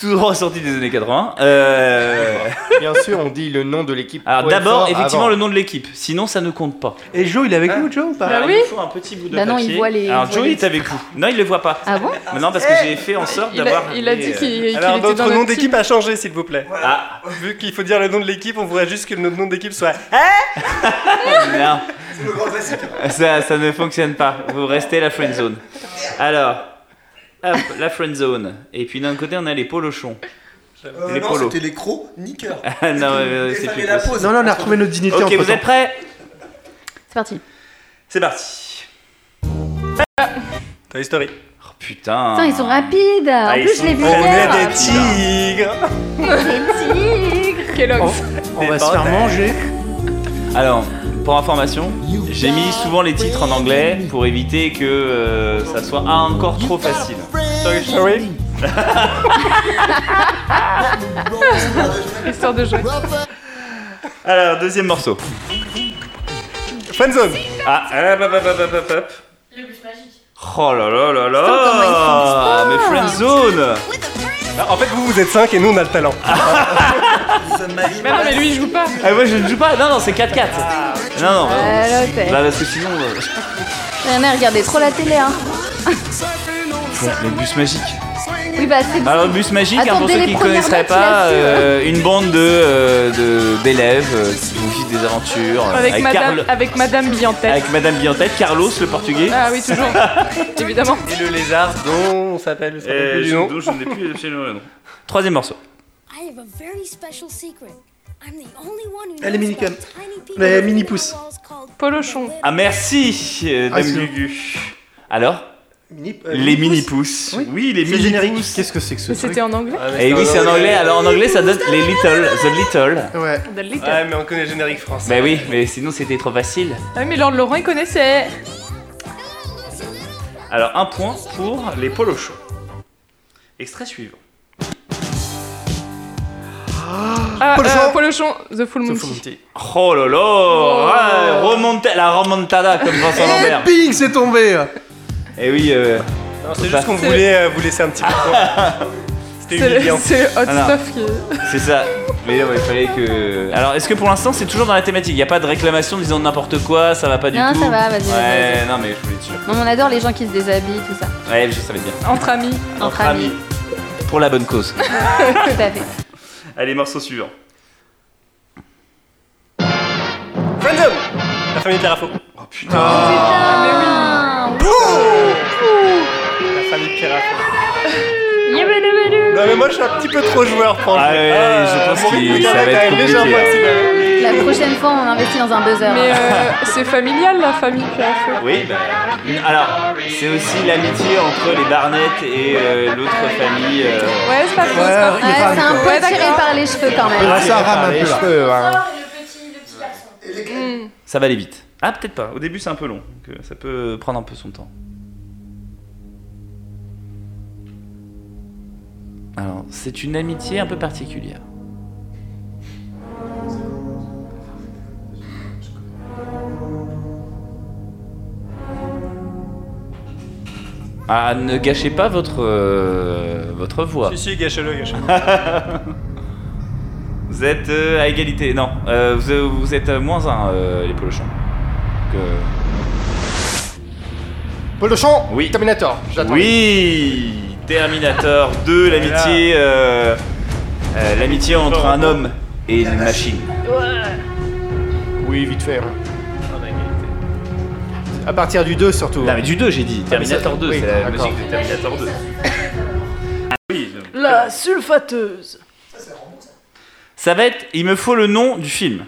S1: Toujours ressorti des années 80. Euh,
S6: Bien sûr, on dit le nom de l'équipe.
S1: Alors
S6: Ouais,
S1: d'abord,
S6: fort
S1: effectivement,
S6: avant.
S1: le nom de l'équipe. Sinon, ça ne compte pas.
S4: Et Joe, il est avec nous, Joe ou pas
S1: Alors,
S4: oui.
S1: Ah. il nous faut un petit bout de
S3: Bah non,
S1: papier.
S3: il voit les- il
S1: Alors
S3: voit
S1: Joe
S3: les-
S1: est avec vous. Non, il le voit pas.
S3: Ah bon
S1: Mais Non, parce que j'ai fait en sorte
S9: Il a-
S1: d'avoir.
S9: il a dit
S1: les-
S9: qu'il- qu'il Alors, était notre dans notre nom d'équipe team. a changé, s'il vous plaît.
S1: Ah,
S9: Vu qu'il faut dire le nom de l'équipe, on voudrait juste que le nom de l'équipe soit.
S1: non.
S9: C'est le grand classique.
S1: Ça, ça ne fonctionne pas. Vous restez la friend zone. Alors, hop, la friend zone. Et puis d'un côté, on a les polochons.
S7: Euh,
S1: les
S7: non,
S1: polos.
S7: c'était les crocs niqueurs.
S1: Ah, non, euh,
S7: Et
S1: c'est
S7: fallait
S1: plus
S7: la
S1: possible.
S7: pause.
S4: Non, non, on a retrouvé notre dignité.
S1: Ok,
S4: entre-temps.
S1: vous êtes prêts
S3: C'est parti.
S1: C'est parti.
S9: Toy Story.
S1: Oh putain.
S3: Putain, ils sont rapides. En
S1: Ah, ils
S3: plus, je
S1: sont
S3: l'ai vu
S1: On
S3: hier.
S1: est des
S9: tigres.
S3: Des tigres.
S5: Kellogg's.
S1: On va se faire manger. Alors, pour information, j'ai mis souvent les titres en anglais pour éviter que euh, ça soit ah, encore trop facile. Toy Story
S5: Histoire de jeu.
S1: Alors, deuxième morceau.
S9: Friendzone.
S1: Ah, hop, hop, hop, hop, hop, hop.
S11: Le bus magique.
S1: Oh là là là là
S11: Putain, comment ils font ça
S1: Mais Friendzone
S9: En fait, vous, vous êtes 5 et nous, on a le talent.
S4: Ah.
S5: Mais non, mais lui, il joue pas.
S1: Ah, moi je ne joue pas Non, non, c'est 4-4. Non, non.
S3: Ah, là, t'es-
S1: Bah, parce que sinon. euh,
S3: Rien à regarder trop la télé, hein.
S1: Le bus magique.
S3: Oui, bah, c'est
S1: Alors, le bus magique, hein,
S3: Attends,
S1: pour
S3: dès
S1: ceux
S3: les
S1: qui ne
S3: premières
S1: connaisseraient
S3: notes,
S1: pas,
S3: il a su,
S1: euh, une bande de, euh, de- d'élèves euh, qui vivent des aventures. euh,
S5: Avec
S1: Carlo-
S5: Madame, avec Madame Biantel.
S1: avec Madame Biantet, Carlos le portugais.
S5: Ah oui, toujours. Évidemment.
S9: Et le lézard dont on s'appelle. Euh, je me rappelle plus du nom.
S1: Troisième morceau.
S10: I have a very special secret. I'm the only one who
S4: Elle est
S10: knows
S4: minicam.
S10: about tiny people
S4: Les
S10: living
S4: mini
S10: in
S4: pouces.
S10: walls called
S5: Polochon.
S1: Ah merci, euh,
S4: Ah,
S1: Dame
S4: c'est-
S1: Gugu. Alors
S4: Mini- euh,
S1: Les
S4: mini-pouces.
S1: mini-pouces. Oui. les
S4: C'est
S1: mini-pouces.
S4: Qu'est-ce que c'est que ce
S5: Mais c'était en anglais.
S9: Ah,
S1: Et oui, c'est en anglais. Alors en anglais, ça donne les little, the little.
S9: Ah,
S4: Ouais.
S5: The Little.
S9: Ouais, mais on connaît le générique français.
S1: Bah oui, mais sinon c'était trop facile.
S5: Ah oui, mais Lord Laurent, il connaissait.
S1: Alors un point pour les polochons. Extrait suivant.
S5: Ah,
S9: Polochon.
S5: euh, Polochon, The Full Moon.
S1: Oh là là ouais, remonta- La remontada comme
S3: Eh,
S1: Vincent Lambert.
S4: Et bing, c'est tombé
S1: Et oui. euh,
S9: Non, C'est
S1: faut pas-
S9: juste qu'on voulait euh, vous laisser un
S4: Ah,
S9: petit peu. de temps. C'était
S5: C'est
S9: humiliant.
S5: le, c'est le hot
S1: Ah, non.
S5: stuff qui.
S1: C'est ça. Mais non, mais il fallait que. Alors, est-ce que pour l'instant, c'est toujours dans la thématique Il n'y a pas de réclamation disant n'importe quoi, ça va pas du
S3: Non,
S1: tout
S3: ça va, vas-y, vas-y,
S1: Ouais, non, mais je voulais te dire.
S3: Non, mais on adore les gens qui se déshabillent, tout ça.
S1: Ouais, je savais bien.
S5: Entre amis.
S3: Entre amis.
S1: Pour la bonne cause.
S3: tout à fait.
S1: Allez, morceau suivant.
S9: Friendzone La famille Pierre Afro. Oh putain La famille Pierre Afro. Non mais moi je suis un petit peu trop joueur franchement.
S1: Ah ouais, je pense
S9: Ah,
S1: que ça va être compliqué,
S9: légèrement
S1: hein.
S9: accéléré.
S3: La prochaine fois, on investit dans un buzzer.
S5: Mais euh, c'est familial la famille Piaf.
S1: Oui, bah. Alors, c'est aussi l'amitié entre les Barnett et euh, l'autre famille. euh,
S5: Ouais, c'est pas faux.
S4: Ouais,
S5: c'est
S4: il
S5: pas
S3: Ouais,
S4: est pas
S5: faux.
S3: c'est un
S5: Ouais,
S3: peu tiré
S5: d'accord.
S3: par les cheveux quand même.
S4: Ah, ça rame un peu,
S6: les
S4: là.
S6: cheveux, hein.
S11: Ah, le petit, le petit garçon.
S5: Mm.
S1: Ça va aller vite. Ah, peut-être pas. Au début, c'est un peu long. donc, euh, ça peut prendre un peu son temps. Alors, c'est une amitié un peu particulière. Ah, ne gâchez pas votre, euh, votre voix.
S9: Si si gâche-le, gâche-le.
S1: Vous êtes euh, à égalité. Non, euh, vous, vous êtes euh, moins un, euh, les polochons. Donc, euh,
S6: Polochon
S1: Oui.
S6: Terminator. J'attends.
S1: Oui Terminator 2, l'amitié euh, euh, l'amitié entre un homme et une machine.
S9: Ah, bah,
S6: Oui, vite fait. hein. À partir du 2 surtout.
S1: Non, mais du 2, j'ai dit.
S6: Ah, mais ça-
S1: Terminator 2,
S6: oui,
S1: c'est la
S6: d'accord.
S1: musique de Terminator 2. Ah oui, donc.
S14: La sulfateuse.
S1: Ça va être Il me faut le nom du film.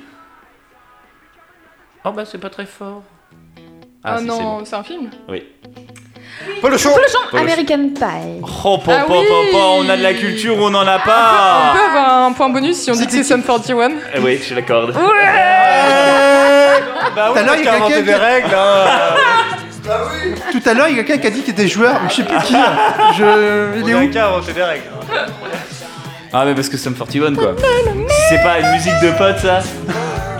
S13: Oh bah c'est pas très fort.
S5: Ah,
S1: si, c'est
S5: non,
S1: bon.
S5: c'est un film
S1: Oui.
S6: Polochon
S3: American Pie.
S1: Oh, po,
S5: Ah
S1: po, po,
S5: oui.
S1: po, on a de la culture ou on
S13: Ah,
S1: n'en a
S5: On peut
S1: pas
S5: avoir un point bonus si on dit que c'est Sum 41
S13: ah.
S1: Eh Oui, je l'accorde.
S4: Euh,
S13: bah
S4: Tout à l'heure, il y a quelqu'un qui-
S6: règles, hein.
S4: Tout à l'heure, il y a quelqu'un qui a dit qu'il était joueur, mais je sais plus qui. Je... Il est où
S9: des règles.
S1: Ah, mais parce que Sum 41, quoi. C'est pas une musique de pote, ça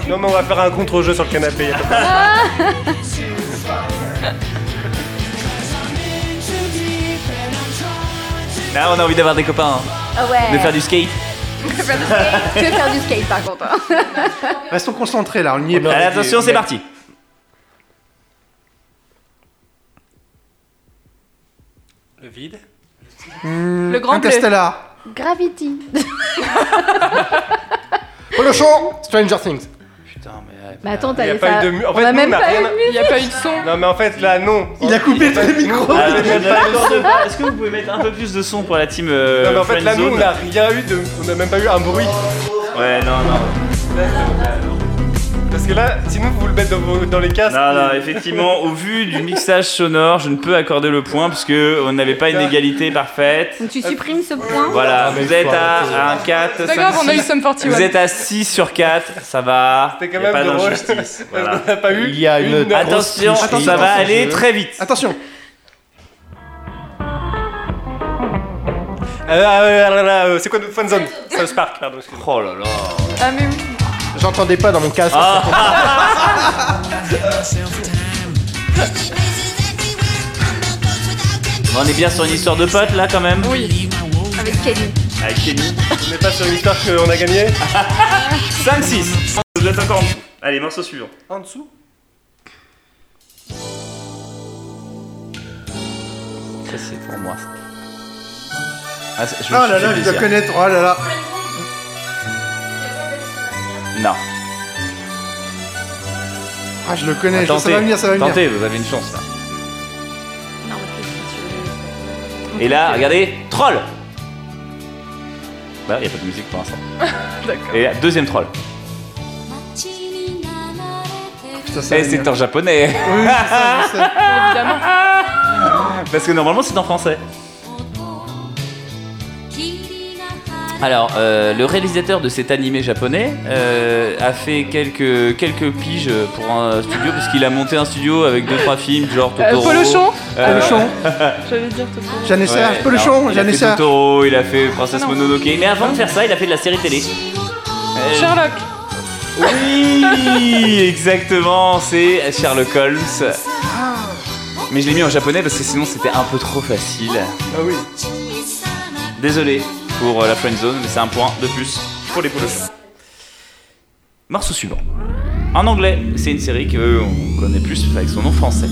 S9: Non, mais on va faire un contre-jeu sur le canapé.
S1: Là, Ah, on a envie d'avoir des copains. hein.
S3: Ah ouais.
S1: De faire du skate.
S3: Je vais faire du skate. Je vais faire du skate par contre. hein.
S4: Restons concentrés là, on y est pas.
S1: Allez, attention, c'est parti.
S9: Le vide.
S4: Le
S5: grand bleu.
S4: Interstellar.
S3: Gravity.
S6: Polochon Stranger Things.
S1: Putain, mais.
S3: Mais Bah, attends,
S9: Il n'y
S3: t'as
S9: a pas eu
S3: ça-
S9: de mu- en
S3: on
S9: fait,
S3: a
S9: nous,
S3: même
S9: on a
S3: pas eu
S9: rien
S3: de
S9: à-
S3: musique.
S5: Il n'y a pas eu de son.
S9: Non, mais en fait, là, non.
S4: Il a coupé tous les
S9: micros.
S1: Ah, mais j'ai pas eu de son. Est-ce que vous pouvez mettre un peu plus de son pour la team euh,
S9: Non, mais en fait, là, nous,
S1: Friendzone
S9: on a rien eu de. On a même pas eu un bruit.
S1: Ouais, non, non.
S9: Parce que là, sinon, vous le mettez dans, vos- dans les casques.
S1: Non, non, effectivement, au vu du mixage sonore, je ne peux accorder le point parce que on n'avait pas une égalité parfaite.
S3: Donc tu supprimes ce point.
S9: Ah,
S1: Voilà, vous êtes à un 4,
S5: Pas grave, on a eu Sum 41.
S1: Vous êtes à 6 sur 4, ça va.
S9: C'était quand
S1: Y
S9: même
S1: a pas
S9: drôle.
S1: d'injustice. Voilà.
S9: On n'a pas eu.
S6: Il y a une.
S9: Une-
S6: grosse
S1: Attention,
S6: triche qui-
S1: ça va aller très vite.
S4: Attention.
S9: Ah, ah, ah, ah, ah, ah, C'est quoi notre fan zone South Park, pardon. excuse-moi.
S1: Oh là là.
S5: Ah, mais oui.
S6: J'entendais pas dans mon casque.
S1: On est bien sur une histoire de potes là quand même
S5: Oui.
S3: Avec Kenny.
S1: Avec Kenny.
S9: On n'est pas sur une histoire qu'on a gagné
S1: 5-6. Vous êtes encore en dessous. Allez, morceau suivant.
S9: En dessous
S1: Ça c'est pour moi. ça. Ah, ça- je
S4: Oh
S1: me suis fait
S4: là là, je dois
S1: plaisir.
S4: connaître. Oh là là.
S1: Non.
S4: Ah, je le connais.
S1: Tentez.
S4: Ça va venir, ça va venir.
S1: Tentez, vous avez une chance là. Et là, regardez, troll Bah, y a pas de musique pour l'instant.
S5: D'accord.
S1: Et là, deuxième troll.
S4: Putain, ça va
S1: Eh,
S4: venir.
S1: c'est en japonais
S4: Oui, c'est ça, je sais.
S5: Évidemment.
S1: Parce que normalement c'est en français. Alors, euh, le réalisateur de cet animé japonais euh, a fait quelques, quelques piges pour un studio, parce qu'il a monté un studio avec deux trois films, genre
S5: Euh,
S1: Totoro.
S5: Polochon
S1: Euh,
S4: Polochon.
S5: J'allais dire tout
S4: Jeanne et
S1: ouais,
S4: Serge,
S1: alors, Il
S4: Polochon,
S1: a
S4: Jeanne et
S1: fait
S4: Serge.
S1: Totoro, il a fait Princesse
S5: Ah non.
S1: Mononoke. Mais avant de faire ça, il a fait de la série télé. Euh,
S5: Sherlock.
S1: Oui, exactement, c'est Sherlock Holmes. Ah. Mais je l'ai mis en japonais parce que sinon c'était un peu trop facile.
S4: Ah oui.
S1: Désolé pour euh, la friend zone, mais c'est un point de plus pour les poules. Morceau suivant. En anglais, c'est une série que euh, on connaît plus avec son nom français.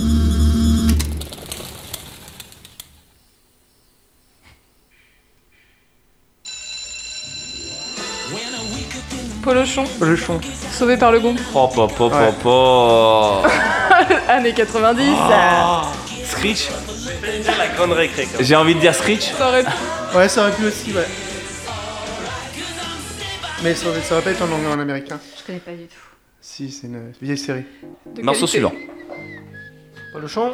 S5: Polochon.
S4: Polochon.
S5: Sauvé par le gond.
S1: Oh, po, po, po, po.
S5: Années 90.
S1: Oh. Screech
S9: La grande récré. quand même.
S1: J'ai envie de dire Screech.
S5: Ça aurait-
S4: Ouais, ça aurait pu aussi, ouais. Mais ça aurait, ça aurait pas été en anglais ou en américain.
S3: Je connais pas du tout.
S4: Si, c'est une vieille série.
S5: de
S1: Morceau
S5: qualité.
S1: suivant.
S6: Polochon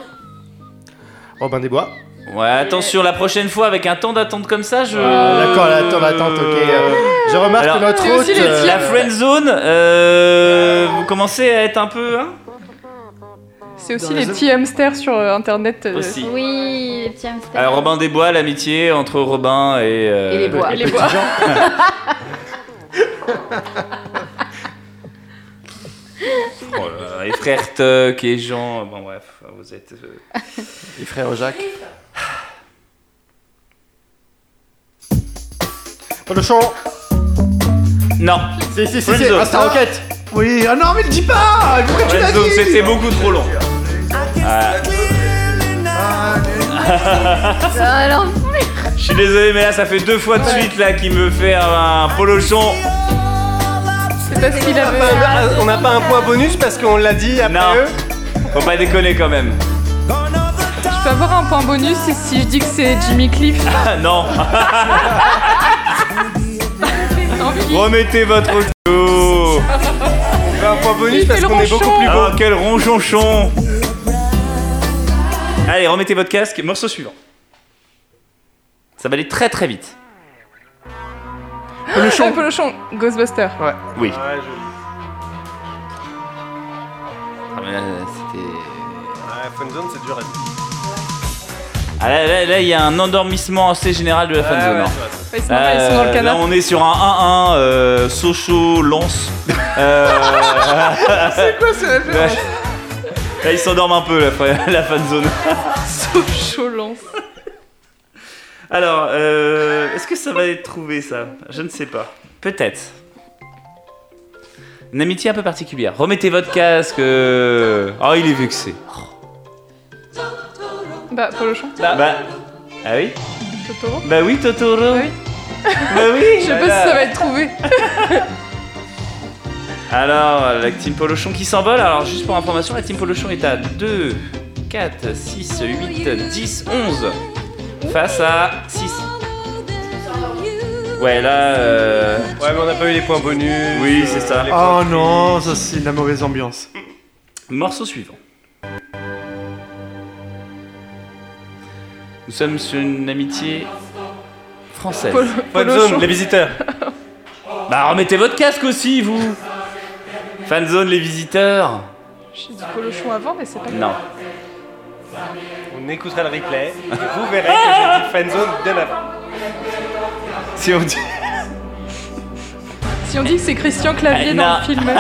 S6: Robin des Bois.
S1: Ouais, attention, la prochaine fois avec un temps d'attente comme ça, je.
S6: Ah, D'accord, attends, attends, ok. euh, je remarque
S1: Alors,
S6: que notre
S5: c'est
S6: hôte.
S5: aussi les
S6: euh,
S1: La friend zone, euh, vous commencez à être un peu. Hein
S5: C'est aussi
S4: Dans
S5: les
S4: les
S5: petits hamsters sur euh, internet. euh,
S1: Aussi.
S3: Oui, les petits hamsters.
S1: Alors, Robin des Bois, l'amitié entre Robin et. euh,
S3: Et les bois.
S5: et les bois.
S1: oh là là, et frère Tuck et Jean. Bon, bref, vous êtes. euh,
S6: Les frères Jacques. Polochon
S1: Non
S6: Si, si, si, si,
S1: Friendzone.
S6: Insta Rocket
S4: Oui, ah non, mais le dis pas Pourquoi tu l'as
S1: Friend zone,
S4: dit
S1: c'était beaucoup trop long.
S3: Ah, non.
S1: Je suis désolé, mais là, ça fait deux fois de suite là qu'il me fait un polochon.
S5: C'est parce qu'il
S9: On n'a
S5: avait.
S9: Euh, bah, pas- On n'a pas un point bonus parce qu'on l'a dit après
S1: Non.
S9: eux.
S1: Faut pas déconner quand même.
S5: Je peux avoir un point bonus si je dis que c'est Jimmy Cliff.
S1: Ah non Remettez votre auto
S9: On fait un point bonus
S5: Il fait
S9: parce
S5: le
S9: qu'on est
S5: ronchon.
S9: beaucoup plus beau.
S1: Oh, quel ronchonchon Allez, remettez votre casque, morceau suivant. Ça va aller très très vite.
S5: Polochon. Polochon, Ghostbuster.
S4: Ouais.
S1: Oui.
S9: Ouais, joli.
S1: Ah, mais là, c'était-
S9: Ouais, Friendzone, c'est dur à dire.
S1: Ah, là, là, là, il y a un endormissement assez général de la fin de
S9: Ouais,
S1: zone.
S9: ouais,
S1: hein.
S9: c'est vrai, c'est vrai.
S5: Ah, Ouais, c'est normal, ils sont dans le
S1: Euh,
S5: canap.
S1: Là, on est sur un 1-1 euh, Sochaux Euh, Lance.
S5: C'est quoi ce référence
S1: Là, ils s'endorment un peu la, fin- la fin de zone.
S5: Socholant.
S1: Alors, euh, est-ce que ça va être trouvé ça Je ne sais pas. Peut-être. Une amitié un peu particulière. Remettez votre casque. euh. Oh, il est vexé.
S5: Bah, Polochon.
S1: Bah. Ah oui
S5: Totoro.
S1: Bah oui, Totoro.
S5: Oui.
S1: Bah oui.
S5: Je sais pas si
S1: voilà.
S5: ça va être trouvé.
S1: Alors, la team Polochon qui s'envole. Alors, juste pour information, la team Polochon est à 2, 4, 6, 8, 10, 11. Face à 6. Ouais, là. euh,
S9: Ouais, mais on n'a pas eu les points bonus.
S1: Oui,
S9: euh,
S1: c'est ça.
S9: les
S4: Oh
S9: points de
S4: non, ça c'est de la mauvaise ambiance.
S1: Morceau suivant. Nous sommes sur une amitié française.
S5: Polo- Polochon.
S9: Friendzone, les visiteurs.
S1: Bah remettez votre casque aussi, vous Fanzone, les visiteurs
S5: J'ai dit Polochon avant, mais c'est pas grave.
S1: Non.
S9: On écoutera le replay. et Vous verrez que j'ai dit Friendzone bien avant.
S1: Si on dit...
S5: Si on dit que c'est Christian Clavier
S1: Eh,
S5: dans
S1: non.
S5: le film.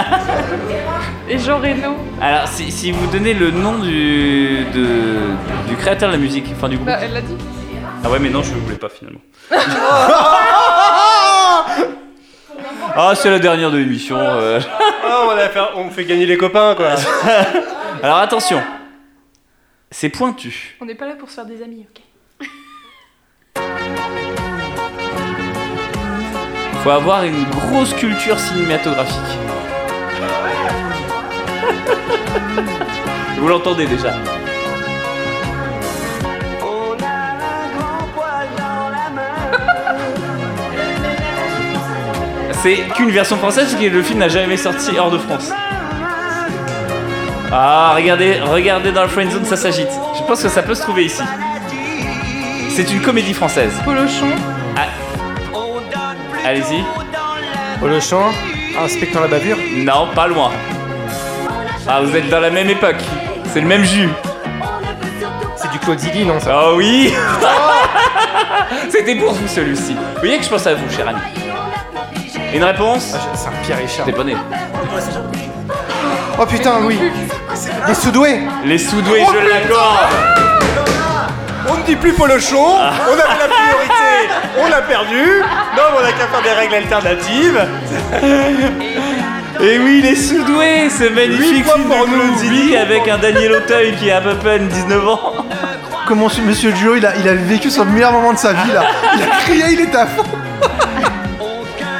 S5: Et Jean Reno.
S1: Alors, si, si vous donnez le nom du, de- du créateur de la musique, enfin du groupe...
S5: Bah, elle l'a dit.
S1: Ah ouais, mais non, je ne voulais pas finalement. Ah, c'est la dernière de l'émission. euh.
S9: Oh, on, a fait, on me fait gagner les copains, quoi.
S1: Alors attention, c'est pointu.
S5: On n'est pas là pour se faire des amis, ok
S1: Faut avoir une grosse culture cinématographique. Vous l'entendez déjà. C'est qu'une version française parce que le film n'a jamais sorti hors de France. Ah, regardez, regardez dans le friend zone, ça s'agite. Je pense que ça peut se trouver ici. C'est une comédie française. Ah,
S5: Polochon.
S1: Allez-y.
S6: Polochon, inspecteur la bavure.
S1: Non, pas loin. Ah, vous êtes dans la même époque. C'est le même jus.
S6: C'est du Claude Zilli, non ça
S1: Ah oui C'était pour vous celui-ci. Vous voyez que je pense à vous, cher ami. Une réponse
S6: Ah, C'est un Pierre Richard.
S1: T'es pas né.
S6: Oh putain, oui. Les Soudoués.
S1: Les soudoués, je l'accorde
S9: On ne dit plus Polochon,
S1: Ah.
S9: on a fait la priorité, on l'a perdu. Non, mais on a qu'à faire des règles alternatives.
S1: Et oui, les soudoués Ce magnifique
S9: points
S1: film
S9: pour
S1: de
S9: nous,
S1: Claude Zilli avec un Daniel Auteuil qui a à peu près 19 ans.
S4: Comment ce- Monsieur Joe, il a, il a vécu son meilleur moment de sa vie là. Il a crié, il était à fond.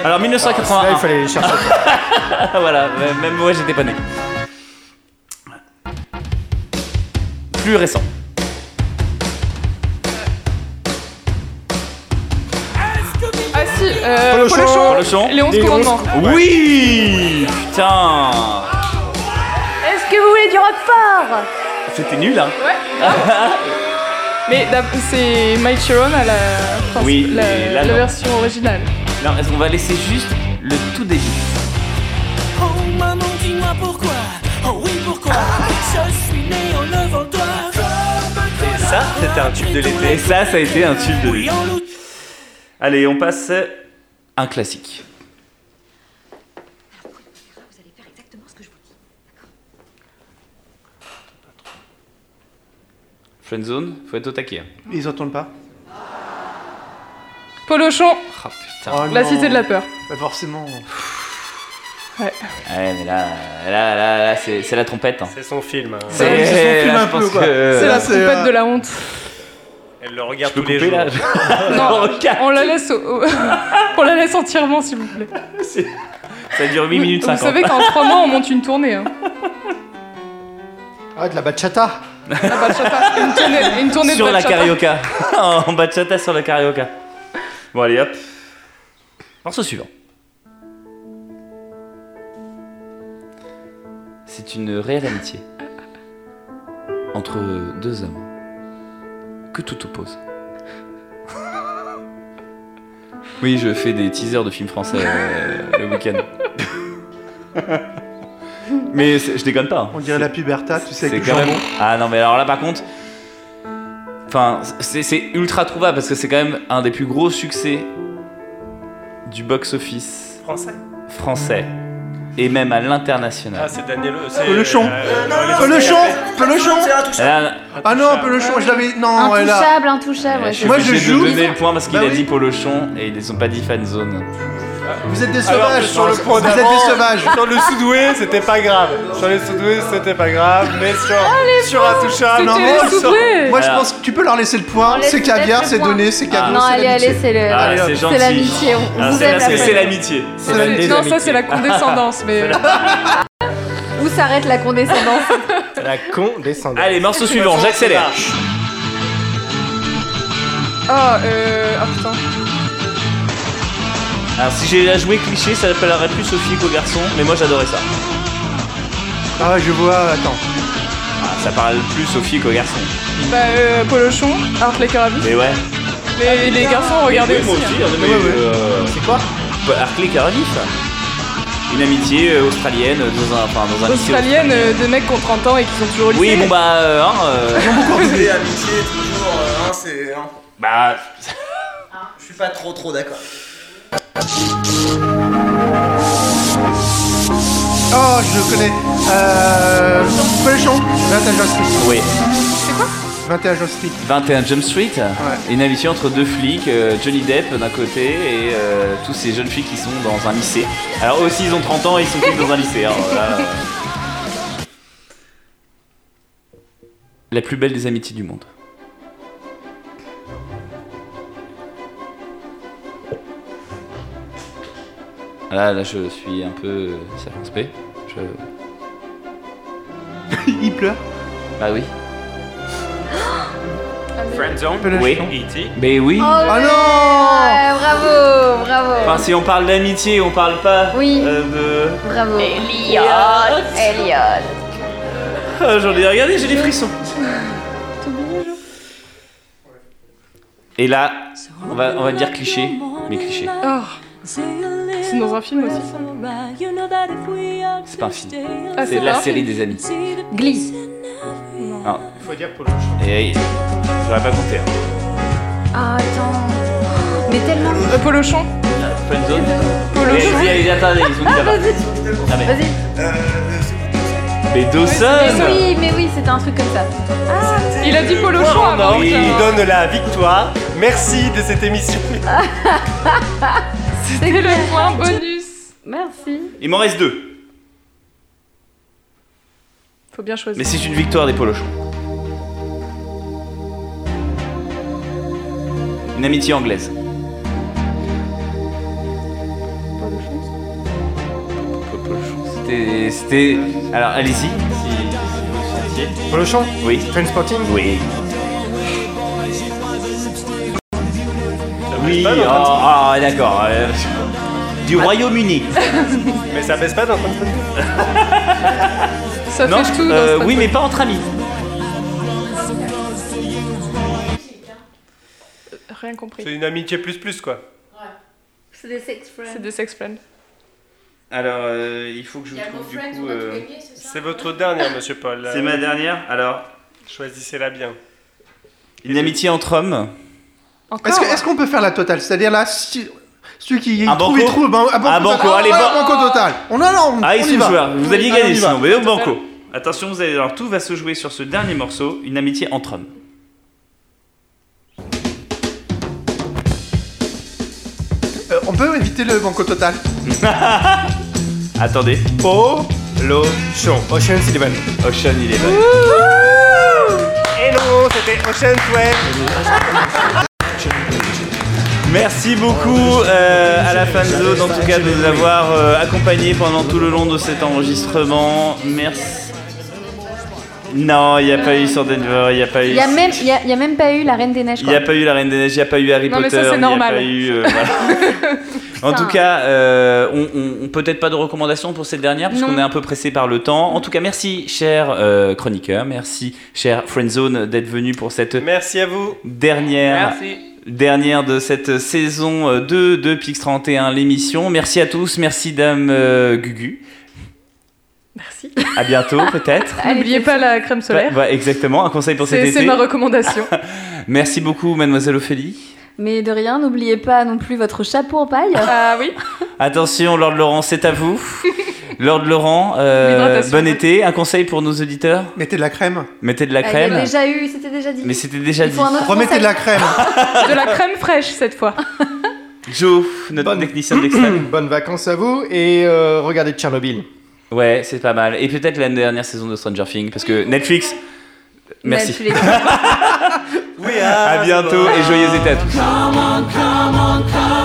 S1: Alors,
S6: Là, Ah, il
S1: 1981.
S6: fallait les chercher.
S1: voilà, même moi, j'étais pas né. Plus récent.
S5: Ah si, euh,
S6: Polochon.
S5: Polochon.
S1: Le son
S5: Les 11
S6: Les
S5: commandements.
S1: Oui Putain
S3: Est-ce que vous voulez du roquefort
S1: C'était nul, hein
S5: Mais d'ab- c'est Mike Sharon à la, enfin,
S1: Oui,
S5: la,
S1: mais là,
S5: la
S1: non.
S5: version originale.
S1: Non, on va laisser juste le tout début.
S2: Oh maman, dis-moi pourquoi. Oh oui, pourquoi. Je suis né en levant le doigt.
S9: Ça, c'était un tube de l'été.
S1: Et ça, ça a été un tube de
S2: Oui, en loup.
S1: Allez, on passe un classique.
S10: Vous allez faire exactement ce que je vous dis.
S1: Friendzone, faut être au taquet. hein.
S4: Ils entendent pas.
S5: Polochon,
S1: Ah putain.
S4: Oh,
S5: la
S4: non.
S5: cité de la peur.
S4: Bah, forcément.
S1: Ouais, mais là, là, là, là, c'est c'est la trompette. hein.
S9: C'est son film. hein.
S4: C'est- c'est son film
S1: là,
S4: un
S1: je pense
S4: peu, quoi.
S1: que-
S5: C'est la
S4: là, c'est,
S5: trompette
S4: euh,
S5: de la honte.
S9: Elle le
S1: Je
S9: regarde
S1: peux
S9: tous les
S1: couper
S9: jours.
S1: là
S5: Non,
S1: Ok.
S5: on la laisse, au- on la laisse entièrement s'il vous plaît.
S1: Ça dure 8 minutes
S5: Vous
S1: 50.
S5: savez qu'en trois mois on monte une tournée. hein.
S6: Ah, de la bachata
S5: Ah, bah, Une tournée, une tournée de
S1: sur la
S5: bachata.
S1: carioca. en bachata sur la carioca. Bon, allez, hop. Morceau suivant. C'est une réelle amitié entre deux hommes que tout oppose. Oui, je fais des teasers de films français euh, le week-end. Mais c'est- je déconne pas. hein.
S4: On dirait la puberta, tu sais,
S1: C'est
S4: avec
S1: quand
S4: le
S1: même.
S4: jambon.
S1: Ah non, mais alors là, par contre. Enfin, c'est c'est ultra trouvable parce que c'est quand même un des plus gros succès du box-office
S9: Français.
S1: français et même à l'international.
S9: Ah, c'est Daniel. c'est-
S4: Peluchon.
S9: euh, non, non,
S4: Peluchon Peluchon
S1: Là, là,
S4: Ah non, Peluchon, je l'avais. Non, elle a.
S3: Intouchable, intouchable. Ah, ouais,
S1: je suis
S4: Moi,
S1: obligé
S4: je joue.
S1: de donner le point parce qu'il
S4: Bah
S1: a
S4: oui.
S1: dit Polochon et ils ne sont pas dit fan zone.
S4: Vous êtes des
S9: Alors,
S4: sauvages
S9: sur le point
S4: Vous êtes des
S9: d'avant,
S4: sauvages
S9: Sur le soudoué, c'était pas grave. Sur le soudoué, c'était pas grave. Mais sur, sur Intouchable,
S4: Non,
S9: mais
S4: moi,
S9: sur-
S4: je- moi, je
S9: Alors.
S4: pense que tu peux leur laisser le point.
S3: laisse
S4: C'est caviar,
S3: peut-être le
S4: c'est
S3: point.
S4: donné, c'est cadeau.
S3: Non,
S4: c'est
S3: allez,
S4: l'amitié.
S3: allez, c'est le.
S1: Ah,
S3: voilà,
S1: c'est gentil.
S3: C'est l'amitié. on-
S1: Ah,
S3: vous
S1: c'est
S3: aime
S1: parce que c'est
S3: la famille.
S1: l'amitié. C'est la- les
S5: Non, ça
S1: amitiés.
S5: c'est la condescendance, mais. euh,
S3: Où s'arrête la condescendance
S14: Oh,
S9: euh,
S6: La condescendance.
S1: Allez, morceau suivant, j'accélère.
S5: Oh, euh. Oh putain.
S1: Alors, si j'ai à jouer cliché, ça s'appellerait plus Sophie qu'au garçon, mais moi j'adorais ça.
S4: Ah, ouais, je vois, attends.
S1: Ah, ça parle plus Sophie qu'au garçon.
S5: Bah, euh, Polochon, Art Laker à vie.
S1: Mais ouais.
S5: Les, les garçons, regardez
S1: Ah, Oui, moi
S5: aussi. hein.
S1: on a eu, euh,
S6: C'est quoi
S1: Barclay Cardiff. Une amitié euh, australienne euh, dans un, enfin, dans un lycée
S5: Australienne, euh, de mecs qui ont 30 ans et qui sont toujours au lycée.
S1: Oui, bon bah, euh, hein, euh,
S7: Amitié, amitié, toujours, euh, hein, c'est. hein.
S1: bah,
S7: Je suis pas trop trop d'accord.
S4: Oh, je connais. Euh. Peluchon 21 Jump Street.
S1: oui.
S4: 21 Jump Street.
S1: 21 Jump Street, une amitié entre deux flics, euh, Johnny Depp d'un côté et euh, tous ces jeunes filles qui sont dans un lycée. Alors eux aussi ils ont 30 ans et ils sont tous dans un lycée. hein, voilà. La plus belle des amitiés du monde. Là, là je suis un peu euh, circonspect. Je...
S4: Il pleure.
S1: Bah oui.
S13: Friendzone
S1: Oui.
S13: E.T.
S1: Mais oui.
S4: Ah non
S3: Ouais, bravo, bravo.
S1: Enfin, si on parle d'amitié, on parle pas
S3: Oui.
S1: euh, de.
S3: Bravo. Elliot. Elliot.
S1: Ah, J'en ai regardé, j'ai des frissons. Et là, on va, on va dire cliché, mais cliché.
S5: Oh. C'est dans un film aussi.
S1: C'est pas un film.
S5: Ah,
S1: C'est
S5: c'est
S1: la
S5: pas un
S1: série
S5: film.
S1: des amis.
S3: Glee.
S1: Ah,
S6: Faut dire Polochon.
S1: et j'aurais pas compté. hein.
S3: Ah, attends. Mais tellement.
S5: Euh, Polochon.
S1: Friendzone.
S5: Polochon.
S1: Allez, allez, attendez, ils ont dit
S3: Ah,
S1: là-bas.
S3: vas-y.
S1: Ah, mais-
S3: Vas-y.
S1: Mais Dawson
S3: Oui, mais oui, c'était un truc comme ça.
S5: Il a dit Polochon avant.
S1: oui.
S5: que-
S9: Il donne la victoire. Merci de cette émission.
S5: C'était le point bonus.
S3: Merci.
S1: Il m'en reste deux.
S5: Faut bien choisir.
S1: Mais c'est une victoire des Polochons. Une amitié anglaise. Po- Polochon, C'était. C'était. Alors, allez-y. Si, si vous le sentiez.
S6: Polochon
S1: Oui.
S6: Trainspotting
S1: Oui. Oui,
S9: pas, non,
S1: ah, ah, d'accord. euh, du Royaume-Uni.
S9: Mais ça baisse pas dans ton
S5: Ça
S1: Non,
S5: fait tout.
S1: euh,
S5: dans ce
S1: oui,
S5: plateau.
S1: mais pas entre amis.
S5: Rien compris.
S9: C'est une amitié plus plus quoi.
S3: C'est des sex
S5: C'est des sex friends.
S1: Alors, euh, il faut que je
S11: Il y a mon friend, on va
S1: euh,
S11: tous gagner, c'est ça
S9: C'est votre dernière, monsieur Paul. Euh,
S1: dernière. Alors,
S9: Choisissez-la bien.
S1: une amitié entre hommes.
S5: Encore.
S4: Est-ce que- est-ce qu'on peut faire la totale C'est-à-dire là, si- celui qui
S1: Un
S4: trouve, il
S1: banco
S4: trouve. ben, un
S1: Un banco,
S4: total.
S1: allez,
S4: Ouais,
S1: ban-
S4: banco total. On a là, on,
S1: Ah,
S4: on
S1: ils
S4: y
S1: sont
S4: va.
S1: joueurs. Vous aviez gagné
S5: on y va.
S1: sinon, mais au
S5: Tout à
S1: banco. Attention, vous allez alors tout va se jouer sur ce dernier morceau, une amitié entre hommes.
S4: Euh, on peut éviter le banco total.
S1: Attendez.
S6: Polochon. Ocean Eleven.
S1: Ocean il est là.
S9: Hello, c'était Ocean Twelve.
S1: Merci beaucoup euh, à la fanzone en tout cas de nous avoir euh, accompagnés pendant tout le long de cet enregistrement. Merci. Non, il n'y a pas eu sur Denver, il n'y a pas eu.
S14: Il n'y a, même- il y a- il y a même pas eu la Reine des Neiges.
S1: Il n'y a pas eu la Reine des Neiges, il n'y a pas eu Harry
S14: Non, mais ça,
S1: Potter,
S14: c'est
S1: il n'y a
S14: normal.
S1: pas eu. euh, voilà. en tout cas, euh, on, on- on- peut-être pas de recommandations pour cette dernière, parce
S14: Non.
S1: qu'on est un peu pressé par le temps. En tout cas, merci, cher euh, chroniqueur, merci, cher Friendzone, d'être venu pour cette.
S9: Merci à vous.
S6: Ah.
S1: Dernière.
S9: Merci.
S1: Dernière de cette saison euh, 2 de Pix 31, l'émission. Merci à tous, merci Dame euh, Gugu.
S5: Merci.
S1: À bientôt, peut-être.
S5: N'oubliez pas la crème solaire.
S1: Ouais, ouais, exactement, un conseil pour Bah, cet
S5: C'est
S1: été.
S5: c'est ma recommandation.
S1: Merci beaucoup, Mademoiselle Ophélie.
S14: Mais de rien, n'oubliez pas non plus votre chapeau en paille.
S5: Ah oui.
S1: Attention, Lord Laurent, c'est à vous. Lord Laurent, euh,
S14: L'hydratation.
S1: bon été. Un conseil pour nos auditeurs
S4: Mettez de la crème.
S1: Mettez
S14: Ah,
S1: de la crème.
S14: déjà eu, c'était déjà dit.
S1: Mais c'était déjà
S14: Il
S1: dit.
S14: faut un autre Remettez conseil. de la
S4: crème.
S5: de la crème fraîche cette fois.
S1: Joe, notre technicien d'extrême.
S6: Bonnes vacances à vous et euh, regardez Tchernobyl.
S1: Ouais, c'est pas mal. Et peut-être la dernière saison de Stranger Things, parce que Netflix. Merci.
S14: Netflix.
S1: à bientôt et joyeux été à tous.
S2: Come on, come on, come on.